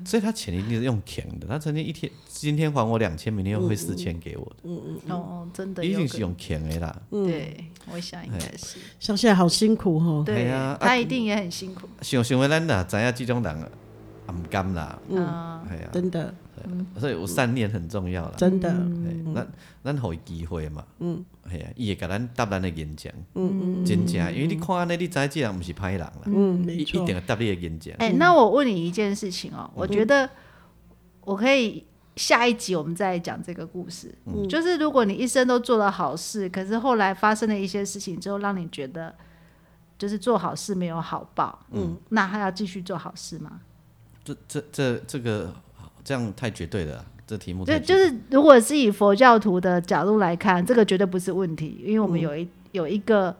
Speaker 1: 所以他钱一定是用钱的。他曾经一天今天还我两千，明天又汇四千给我的，
Speaker 3: 哦，真的
Speaker 1: 一
Speaker 3: 有嗯哎
Speaker 1: 定
Speaker 3: 可
Speaker 1: 是用钱的啦。
Speaker 3: 对，我想应该是，
Speaker 2: 像现在好辛苦哦，
Speaker 1: 哎
Speaker 3: 对
Speaker 1: 呀，
Speaker 3: 他一定也很辛苦，
Speaker 1: 想想为咱啦，知影这种人啊，唔甘啦，
Speaker 3: 嗯，
Speaker 1: 哎呀，
Speaker 2: 真的
Speaker 1: 所以有善念很重要啦。
Speaker 2: 真的，
Speaker 1: 嘿咱咱互伊机会嘛，嗯，系啊，伊会甲咱答咱的演讲，嗯嗯，真正，因为你看安尼，你知这人毋是歹人啦，
Speaker 2: 嗯，
Speaker 1: 伊
Speaker 2: 没
Speaker 1: 一
Speaker 2: 错，
Speaker 1: 定会答你的演讲，
Speaker 3: 哎、那我问你一件事情哦，我觉得我可以下一集我们再讲这个故事。就是如果你一生都做了好事，可是后来发生了一些事情之后，让你觉得就是做好事没有好报，嗯，那还要继续做好事吗？
Speaker 1: 这这这这个这样太绝对了啦，这题目
Speaker 3: 就
Speaker 1: 太绝
Speaker 3: 就
Speaker 1: 对
Speaker 3: 是如果是以佛教徒的
Speaker 2: 嗯
Speaker 3: 角度来看，这个绝对不是问题，因为我们有一、有一个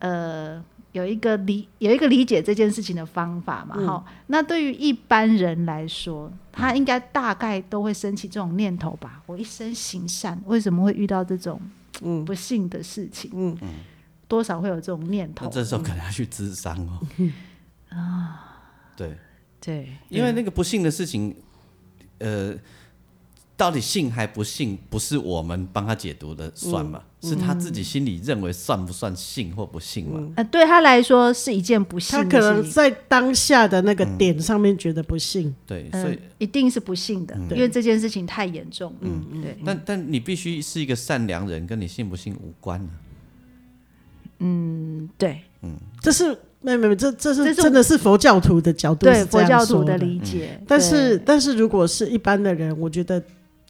Speaker 3: 呃有一个理有一个理解这件事情的方法
Speaker 2: 嗯
Speaker 3: 嘛，哈、那对于一般人来说，他应该大概都会升起这种念头吧？我一生行善，为什么会遇到这种
Speaker 2: 嗯
Speaker 3: 不幸的事情？
Speaker 2: 嗯
Speaker 3: 多少会有这种念
Speaker 1: 那
Speaker 3: 头。
Speaker 1: 这时候可能要去咨商哦。啊，对，
Speaker 3: 对，
Speaker 1: 因为那个不幸的事情，呃，到底信还不信，不是我们帮他解读的算嘛，
Speaker 3: 嗯
Speaker 1: 是他自己心里认为算不算信或不信嘛。
Speaker 3: 呃，对他来说是一件不
Speaker 2: 他
Speaker 3: 幸
Speaker 2: 可
Speaker 3: 的
Speaker 2: 能
Speaker 3: 事情，
Speaker 2: 在当下的那个
Speaker 1: 嗯
Speaker 2: 点上面觉得不幸，
Speaker 1: 对，
Speaker 3: 嗯
Speaker 1: 所以，
Speaker 3: 一定是不幸
Speaker 2: 嗯
Speaker 3: 的，因为这件事情太严重了。嗯，对，
Speaker 1: 但但你必须是一个善良人，跟你信不信无关啊
Speaker 3: 嗯，对，
Speaker 2: 这是没有没有，这这
Speaker 3: 这
Speaker 2: 是
Speaker 3: 是我
Speaker 2: 真的是佛教徒的角度
Speaker 3: 对
Speaker 2: 是这
Speaker 3: 佛
Speaker 2: 样
Speaker 3: 教
Speaker 2: 说
Speaker 3: 徒
Speaker 2: 的
Speaker 3: 的理解，
Speaker 2: 但是，
Speaker 3: 对
Speaker 2: 但是如果是一般的人，我觉得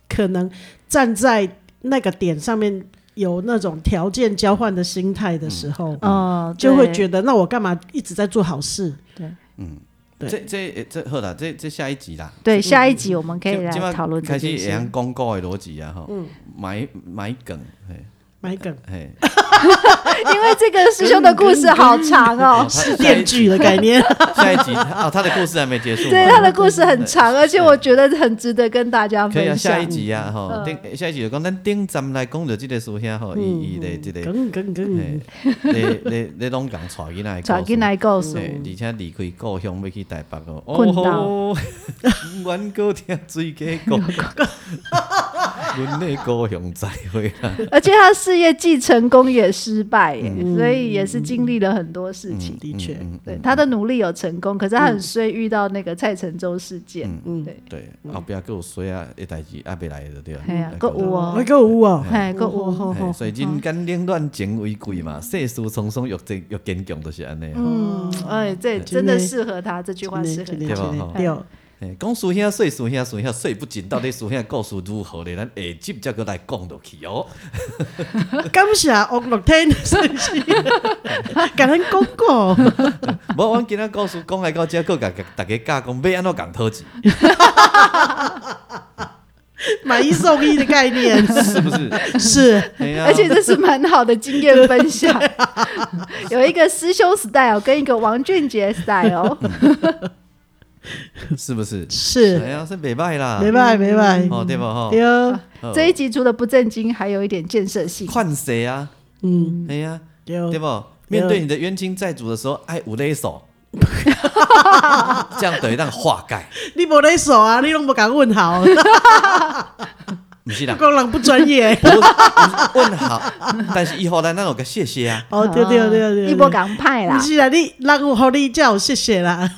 Speaker 2: 可能站在那个点上面有那种条件交换的心态的时候，
Speaker 3: 哦，
Speaker 2: 就会
Speaker 3: 得
Speaker 2: 觉得那我干嘛一直在做好事？对
Speaker 1: 这这诶这好啦，这这下一集啦，
Speaker 3: 对。下一集我们可以
Speaker 1: 这
Speaker 3: 来
Speaker 1: 这摆
Speaker 3: 讨论这
Speaker 1: 开始
Speaker 3: 件
Speaker 1: 会
Speaker 3: 事嗯
Speaker 1: 用。广告的逻辑啊，吼，埋埋梗，嘿，
Speaker 2: 买 梗
Speaker 1: 嘿，
Speaker 3: 因为这个师兄的故事好长哦，
Speaker 1: 是
Speaker 2: 电锯的概 念，
Speaker 1: 哎下一集哦，他的故事还没结束嘛，
Speaker 3: 对他的故事很长，而且我觉得很值得跟大家
Speaker 1: 可以啊，
Speaker 3: 分
Speaker 1: 下一
Speaker 3: 享。嗯
Speaker 1: 集啊，吼，顶下一集就讲咱顶站来讲着即个师兄吼，
Speaker 3: 嗯
Speaker 1: 伊伊的即个，
Speaker 2: 梗梗梗
Speaker 1: 嘿，你你你拢共带囡仔的故事，
Speaker 3: 传 进来告诉
Speaker 1: 嘿，而且离开故乡要去台北哦，
Speaker 3: 困到
Speaker 1: 哦吼， 阮哥听水家 讲，阮的故乡再会啦，
Speaker 3: 而且他事业既成功也失败耶，所以也是经历了很多事情。
Speaker 2: 的确，
Speaker 3: 对他的努力有成功，可是他很衰遇到那个蔡成洲事件。对，
Speaker 1: 对，后壁佫有衰啊，的代志啊，袂来着对吧
Speaker 3: 嘿啊，搁有
Speaker 2: 我
Speaker 3: 哦，
Speaker 2: 个有哦，
Speaker 3: 嘿，搁有哦。
Speaker 1: 嘿所以人间冷暖情为贵嘛，世事沧桑，欲坚欲坚强，就是安尼。啊
Speaker 3: 嗯，哎，这真的适合他，这句话适
Speaker 2: 真的
Speaker 3: 合
Speaker 2: 真的
Speaker 3: 他。
Speaker 1: 对吧
Speaker 2: 真的
Speaker 1: 吼
Speaker 2: 对，哦
Speaker 1: 嘿讲师兄水，师兄师兄水不尽，到底师兄的故事如何呢？咱下集再搁来讲落去哦。
Speaker 2: 感谢王乐天的神 奇，感恩公公，
Speaker 1: 无，阮今仔故事讲来到遮，搁甲大家教讲要安怎共讨钱，
Speaker 2: 买一送一的概念
Speaker 1: 是不是？
Speaker 2: 是
Speaker 1: 嘿啊
Speaker 3: 而且这是蛮好的经验 分享，
Speaker 2: 啊
Speaker 3: 有一个师兄 style 跟一个王俊 杰 style，
Speaker 1: 是不是？哎
Speaker 2: 是，
Speaker 1: 呀，说袂歹啦，
Speaker 2: 没办法没办法，
Speaker 1: 哦，对无吼，
Speaker 2: 对
Speaker 1: 好
Speaker 3: 这一集除了不正经，还有一点建设性。
Speaker 1: 款式啊，
Speaker 2: 嗯，
Speaker 1: 哎呀，对
Speaker 2: 对，
Speaker 1: 不？面对你的冤亲债主的时候，爱有勒手， 这样等于让化解，
Speaker 2: 你无在手啊，你拢无敢问 好。
Speaker 1: 不 是啦。。
Speaker 2: 讲人不专业
Speaker 1: 不是问好，但是以后咱那有个谢谢啊，
Speaker 2: 哦，对对对对对，
Speaker 3: 一波港派啦
Speaker 2: 不，是啦，你让我好你叫，谢谢啦。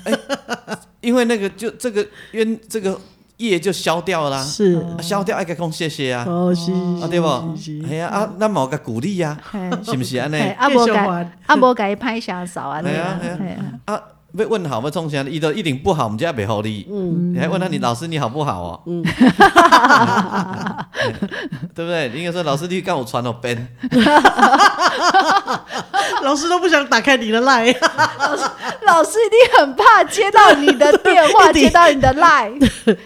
Speaker 1: 因为那个就这个冤这个业就消掉啦、
Speaker 2: 是，
Speaker 1: 啊消掉爱个讲谢谢啊，
Speaker 2: 哦是
Speaker 1: 啊对不？
Speaker 2: 是是
Speaker 1: 哎呀啊，咱嘛有个鼓励啊，
Speaker 3: 嘿
Speaker 1: 是不是安尼？
Speaker 3: 嘿啊阿
Speaker 2: 继续
Speaker 3: 伯改
Speaker 2: 还
Speaker 3: 阿伯改拍相嫂啊，那
Speaker 1: 哎呀
Speaker 3: 样
Speaker 1: 哎呀
Speaker 3: 嘿啊
Speaker 1: 啊，要问好要创啥？伊都一定不好，我们就要袂好你。嗯，你还问他你老师你好不好哦？嗯， 对不对？你应该说老师你跟我传哦了边，
Speaker 2: 老师都不想打开你的 line，
Speaker 3: 老师一定很怕接到你的电话，
Speaker 2: 一定
Speaker 3: 接到你 的 line，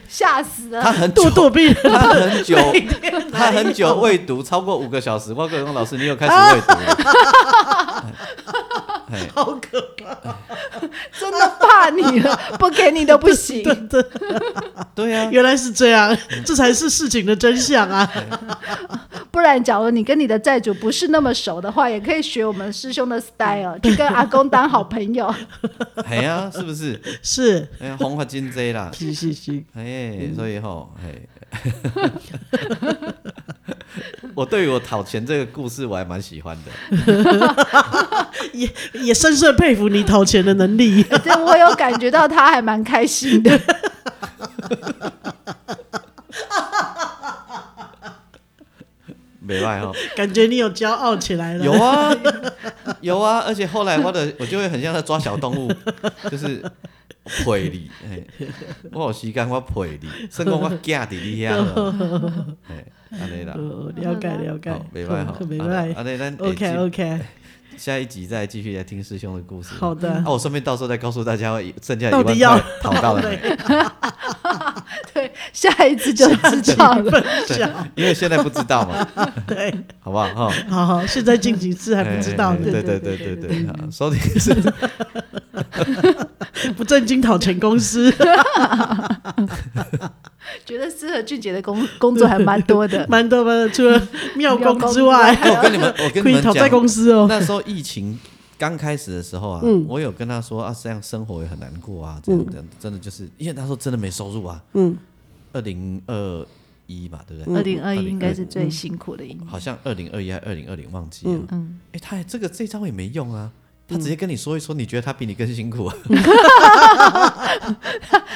Speaker 3: 吓死
Speaker 1: 他
Speaker 3: 了。
Speaker 1: 很久
Speaker 2: 咄，咄逼人。
Speaker 1: 他很久，
Speaker 2: 每天来
Speaker 1: 他很久未读，超过五个小时。我跟老师，你又 开始未读了。哎哎
Speaker 2: 好可怕，
Speaker 3: 真的怕 你了，不给你都不行。
Speaker 1: 对啊呀、
Speaker 2: 原来是这样，
Speaker 1: 嗯
Speaker 2: 这才是事情的真相啊！
Speaker 3: 不然，假如你跟你的债主不是那么熟的话，也可以学我们师兄的 style，去跟阿公当好朋友。
Speaker 1: 啊，哎呀、是不是？
Speaker 2: 是，
Speaker 1: 哎呀，红发金贼啦，
Speaker 2: 是是是，
Speaker 1: 哎，所以吼，哎， 我对于我讨钱这个故事我还蛮喜欢的。
Speaker 2: 也也深深佩服你讨钱的能力。
Speaker 3: 对，我有感觉到他还蛮开心的。
Speaker 1: 没赖哈，
Speaker 2: 感觉你有骄傲起来了。
Speaker 1: 有啊，有啊，而且后来我的我就会很像在抓小动物，就是陪你，哎，我有时间我陪你，甚至我寄伫你遐了，哎，安尼啦，
Speaker 2: 呃，了解了解哦
Speaker 1: 好，，哦没啊赖哈，
Speaker 2: 没
Speaker 1: 安
Speaker 2: 赖。
Speaker 1: 尼咱
Speaker 2: OK OK，
Speaker 1: 下一集再继续来听师兄的故事。
Speaker 2: 好的
Speaker 1: 啊，我顺便到时候再告诉大家剩下一
Speaker 2: 到
Speaker 1: 万
Speaker 2: 底
Speaker 1: 块
Speaker 2: 要
Speaker 1: 讨到了没？
Speaker 3: 对，下一次就知道了。
Speaker 2: 笑，
Speaker 1: 因为现在不知道 嘛，
Speaker 2: 对，
Speaker 1: 好不好？哈，
Speaker 2: 好好，现在进几次还不知道
Speaker 1: 哎
Speaker 2: 呢，
Speaker 1: 对对对对对，好收听 是
Speaker 2: 不正经讨成公司，，
Speaker 3: 觉得适合俊杰的工工作还蛮多的
Speaker 2: 蛮多蛮多，除了妙
Speaker 3: 妙
Speaker 2: 公
Speaker 3: 公
Speaker 2: 之
Speaker 3: 之
Speaker 2: 外
Speaker 3: 外，
Speaker 1: 我跟你们，我跟
Speaker 2: 可
Speaker 1: 你
Speaker 2: 以
Speaker 1: 们
Speaker 2: 讨
Speaker 1: 讲，
Speaker 2: 债公司哦，嗯
Speaker 1: 那时候疫情刚开始的时候啊，我有跟他说啊，这样生活也很难过啊，这样的、真的就是因为那时候真的没收入啊。
Speaker 2: 嗯，
Speaker 1: 二零二一嘛，对不对？
Speaker 3: 二零二
Speaker 2: 嗯
Speaker 3: 一应该是
Speaker 1: 2021
Speaker 3: 最辛苦的一年。
Speaker 1: 好像二零二一还二零二零忘记了。
Speaker 3: 嗯，
Speaker 1: 哎、他也这个这招也没用啊。他直接跟你说一说，你觉得他比你更辛苦啊？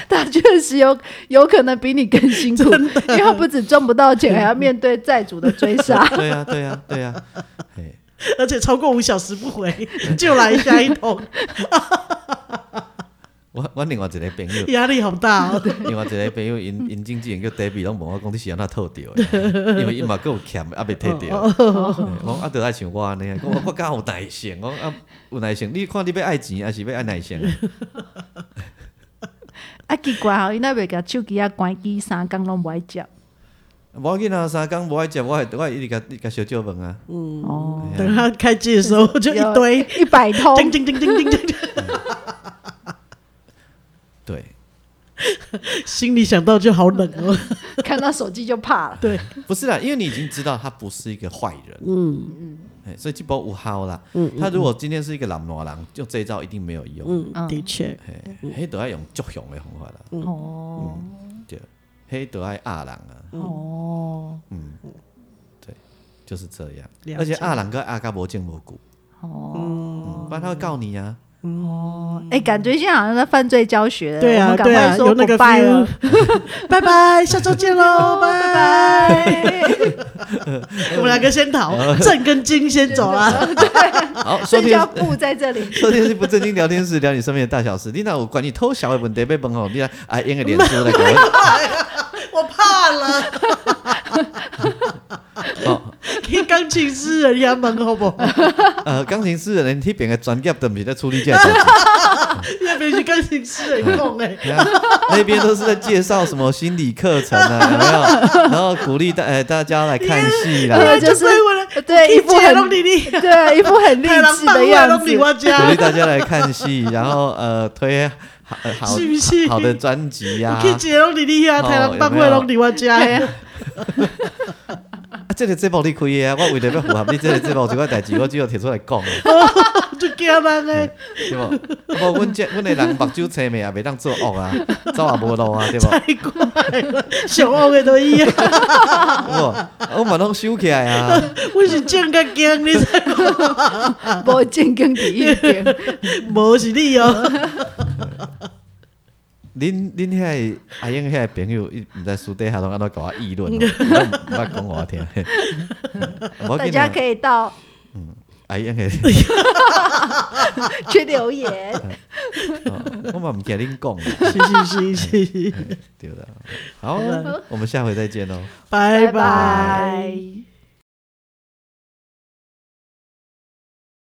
Speaker 3: 他确实有有可能比你更 辛苦，因为他不止赚不到
Speaker 2: 嗯
Speaker 3: 钱，还要面对债主的追杀。
Speaker 1: 对啊，对啊，对啊。哎，
Speaker 2: 而且超过五小时不回就来下一通，
Speaker 1: 我我另外一个朋友，
Speaker 2: 压力好大哦。
Speaker 1: 另外一个朋友，因因经纪人叫 Debbie，拢问我讲你是安怎套掉的，因为伊嘛够欠，啊未退掉。我讲啊，都爱像我安尼，讲我我敢有耐性，我讲啊有耐性，你看你要爱钱还是要爱耐性啊？
Speaker 3: 啊，奇怪哦，伊那边甲手机啊关机三工拢无爱接。
Speaker 1: 无要紧啊，三工无爱接，我会我会一直甲你甲小姐问啊。
Speaker 3: 哦，
Speaker 2: 等他开机的时候，嗯就一堆
Speaker 3: 一百通，
Speaker 2: 叮叮叮叮叮叮，
Speaker 1: 对，
Speaker 2: 心里想到就好冷哦。
Speaker 3: 看到手机就怕了。
Speaker 2: 对，
Speaker 1: 不是啦，因为你已经知道他不是一个坏人。嗯嗯。所以这波无效啦。嗯。他如果今天是一个懒惰人，就这一招一定没有用。嗯。
Speaker 2: 嗯，的确，
Speaker 1: 嘿，嘿，都要用足雄的方法啦。
Speaker 2: 嗯
Speaker 3: 哦
Speaker 1: 对，嘿，都要压人啊。
Speaker 2: 嗯
Speaker 3: 哦
Speaker 1: 就是这样
Speaker 2: 了解。
Speaker 1: 而且阿郎跟阿嘎伯见蘑菇，
Speaker 3: 哦
Speaker 1: 嗯不然他会告你啊。
Speaker 3: 哦，哎，感觉现在好像在犯罪教学
Speaker 2: 嗯
Speaker 3: 了。
Speaker 2: 对
Speaker 3: 我
Speaker 2: 啊，
Speaker 3: 们赶
Speaker 2: 对啊，
Speaker 3: 快
Speaker 2: 有
Speaker 3: 说
Speaker 2: 那个
Speaker 3: goodbye 了
Speaker 2: feel。拜拜，下周见喽，拜拜。
Speaker 3: 拜。
Speaker 2: 我们两个先逃，正跟金先走啦。
Speaker 1: 好，
Speaker 3: 睡
Speaker 1: 收 听
Speaker 3: 觉布在这里。
Speaker 1: 收听是不正经聊天室，聊你身边的大小事。你那我管你偷小的问题被崩吼，你来啊，演个脸书来给 我。
Speaker 2: 我怕了，
Speaker 1: 哦，
Speaker 2: 你钢琴诗人家门好不好？
Speaker 1: 呃，钢琴诗人那边的专业都不是在处理这样子，
Speaker 2: 要不要去钢琴诗人供哎？
Speaker 1: 那边都是在介绍什么心理课程啊，有没有？然后鼓励大呃大家来看戏啦，
Speaker 3: 对
Speaker 2: 啊就是为了
Speaker 3: 对
Speaker 2: 一
Speaker 3: 一副
Speaker 2: 切
Speaker 3: 很
Speaker 2: 拢你你，
Speaker 3: 对，一副很励
Speaker 2: 太郎
Speaker 3: 志
Speaker 2: 放
Speaker 3: 的
Speaker 2: 话
Speaker 3: 样
Speaker 2: 拢你
Speaker 3: 子。
Speaker 2: 我
Speaker 1: 鼓
Speaker 2: 家
Speaker 1: 励。大家来看戏，然后呃推好呃好
Speaker 2: 是不是
Speaker 1: 好的专辑呀。
Speaker 2: 去一个拢你你啊，
Speaker 1: 哦
Speaker 2: 太郎放话拢你我家。
Speaker 3: 对啊，
Speaker 1: 啊，这个节目你开的啊，我为了要符合你这个节目这款代志，我只有提出来讲的。
Speaker 2: 就惊人诶，
Speaker 1: 对无？无，阮这阮的人目睭青面也袂当作恶啊，走也无路啊， 对无？
Speaker 2: 太怪了，上恶的都一样。
Speaker 1: 无，我嘛拢收起来啊。
Speaker 2: 我是正较惊你，
Speaker 3: 无进更第一 点。
Speaker 2: 无是你哦。
Speaker 1: 恁恁遐的阿英遐的朋友，伊毋知私底下拢安怎甲我议论哦，我毋捌讲互我听。无
Speaker 3: 大家可
Speaker 1: 以，
Speaker 3: 以到
Speaker 1: 阿 英的，
Speaker 3: 去留言。
Speaker 1: 哦我嘛毋惊恁讲
Speaker 2: 是
Speaker 1: 啦，
Speaker 2: 是是是，
Speaker 1: 对啦。好，我们下回再见喽。
Speaker 2: 拜
Speaker 3: 拜
Speaker 2: 拜。
Speaker 3: 拜。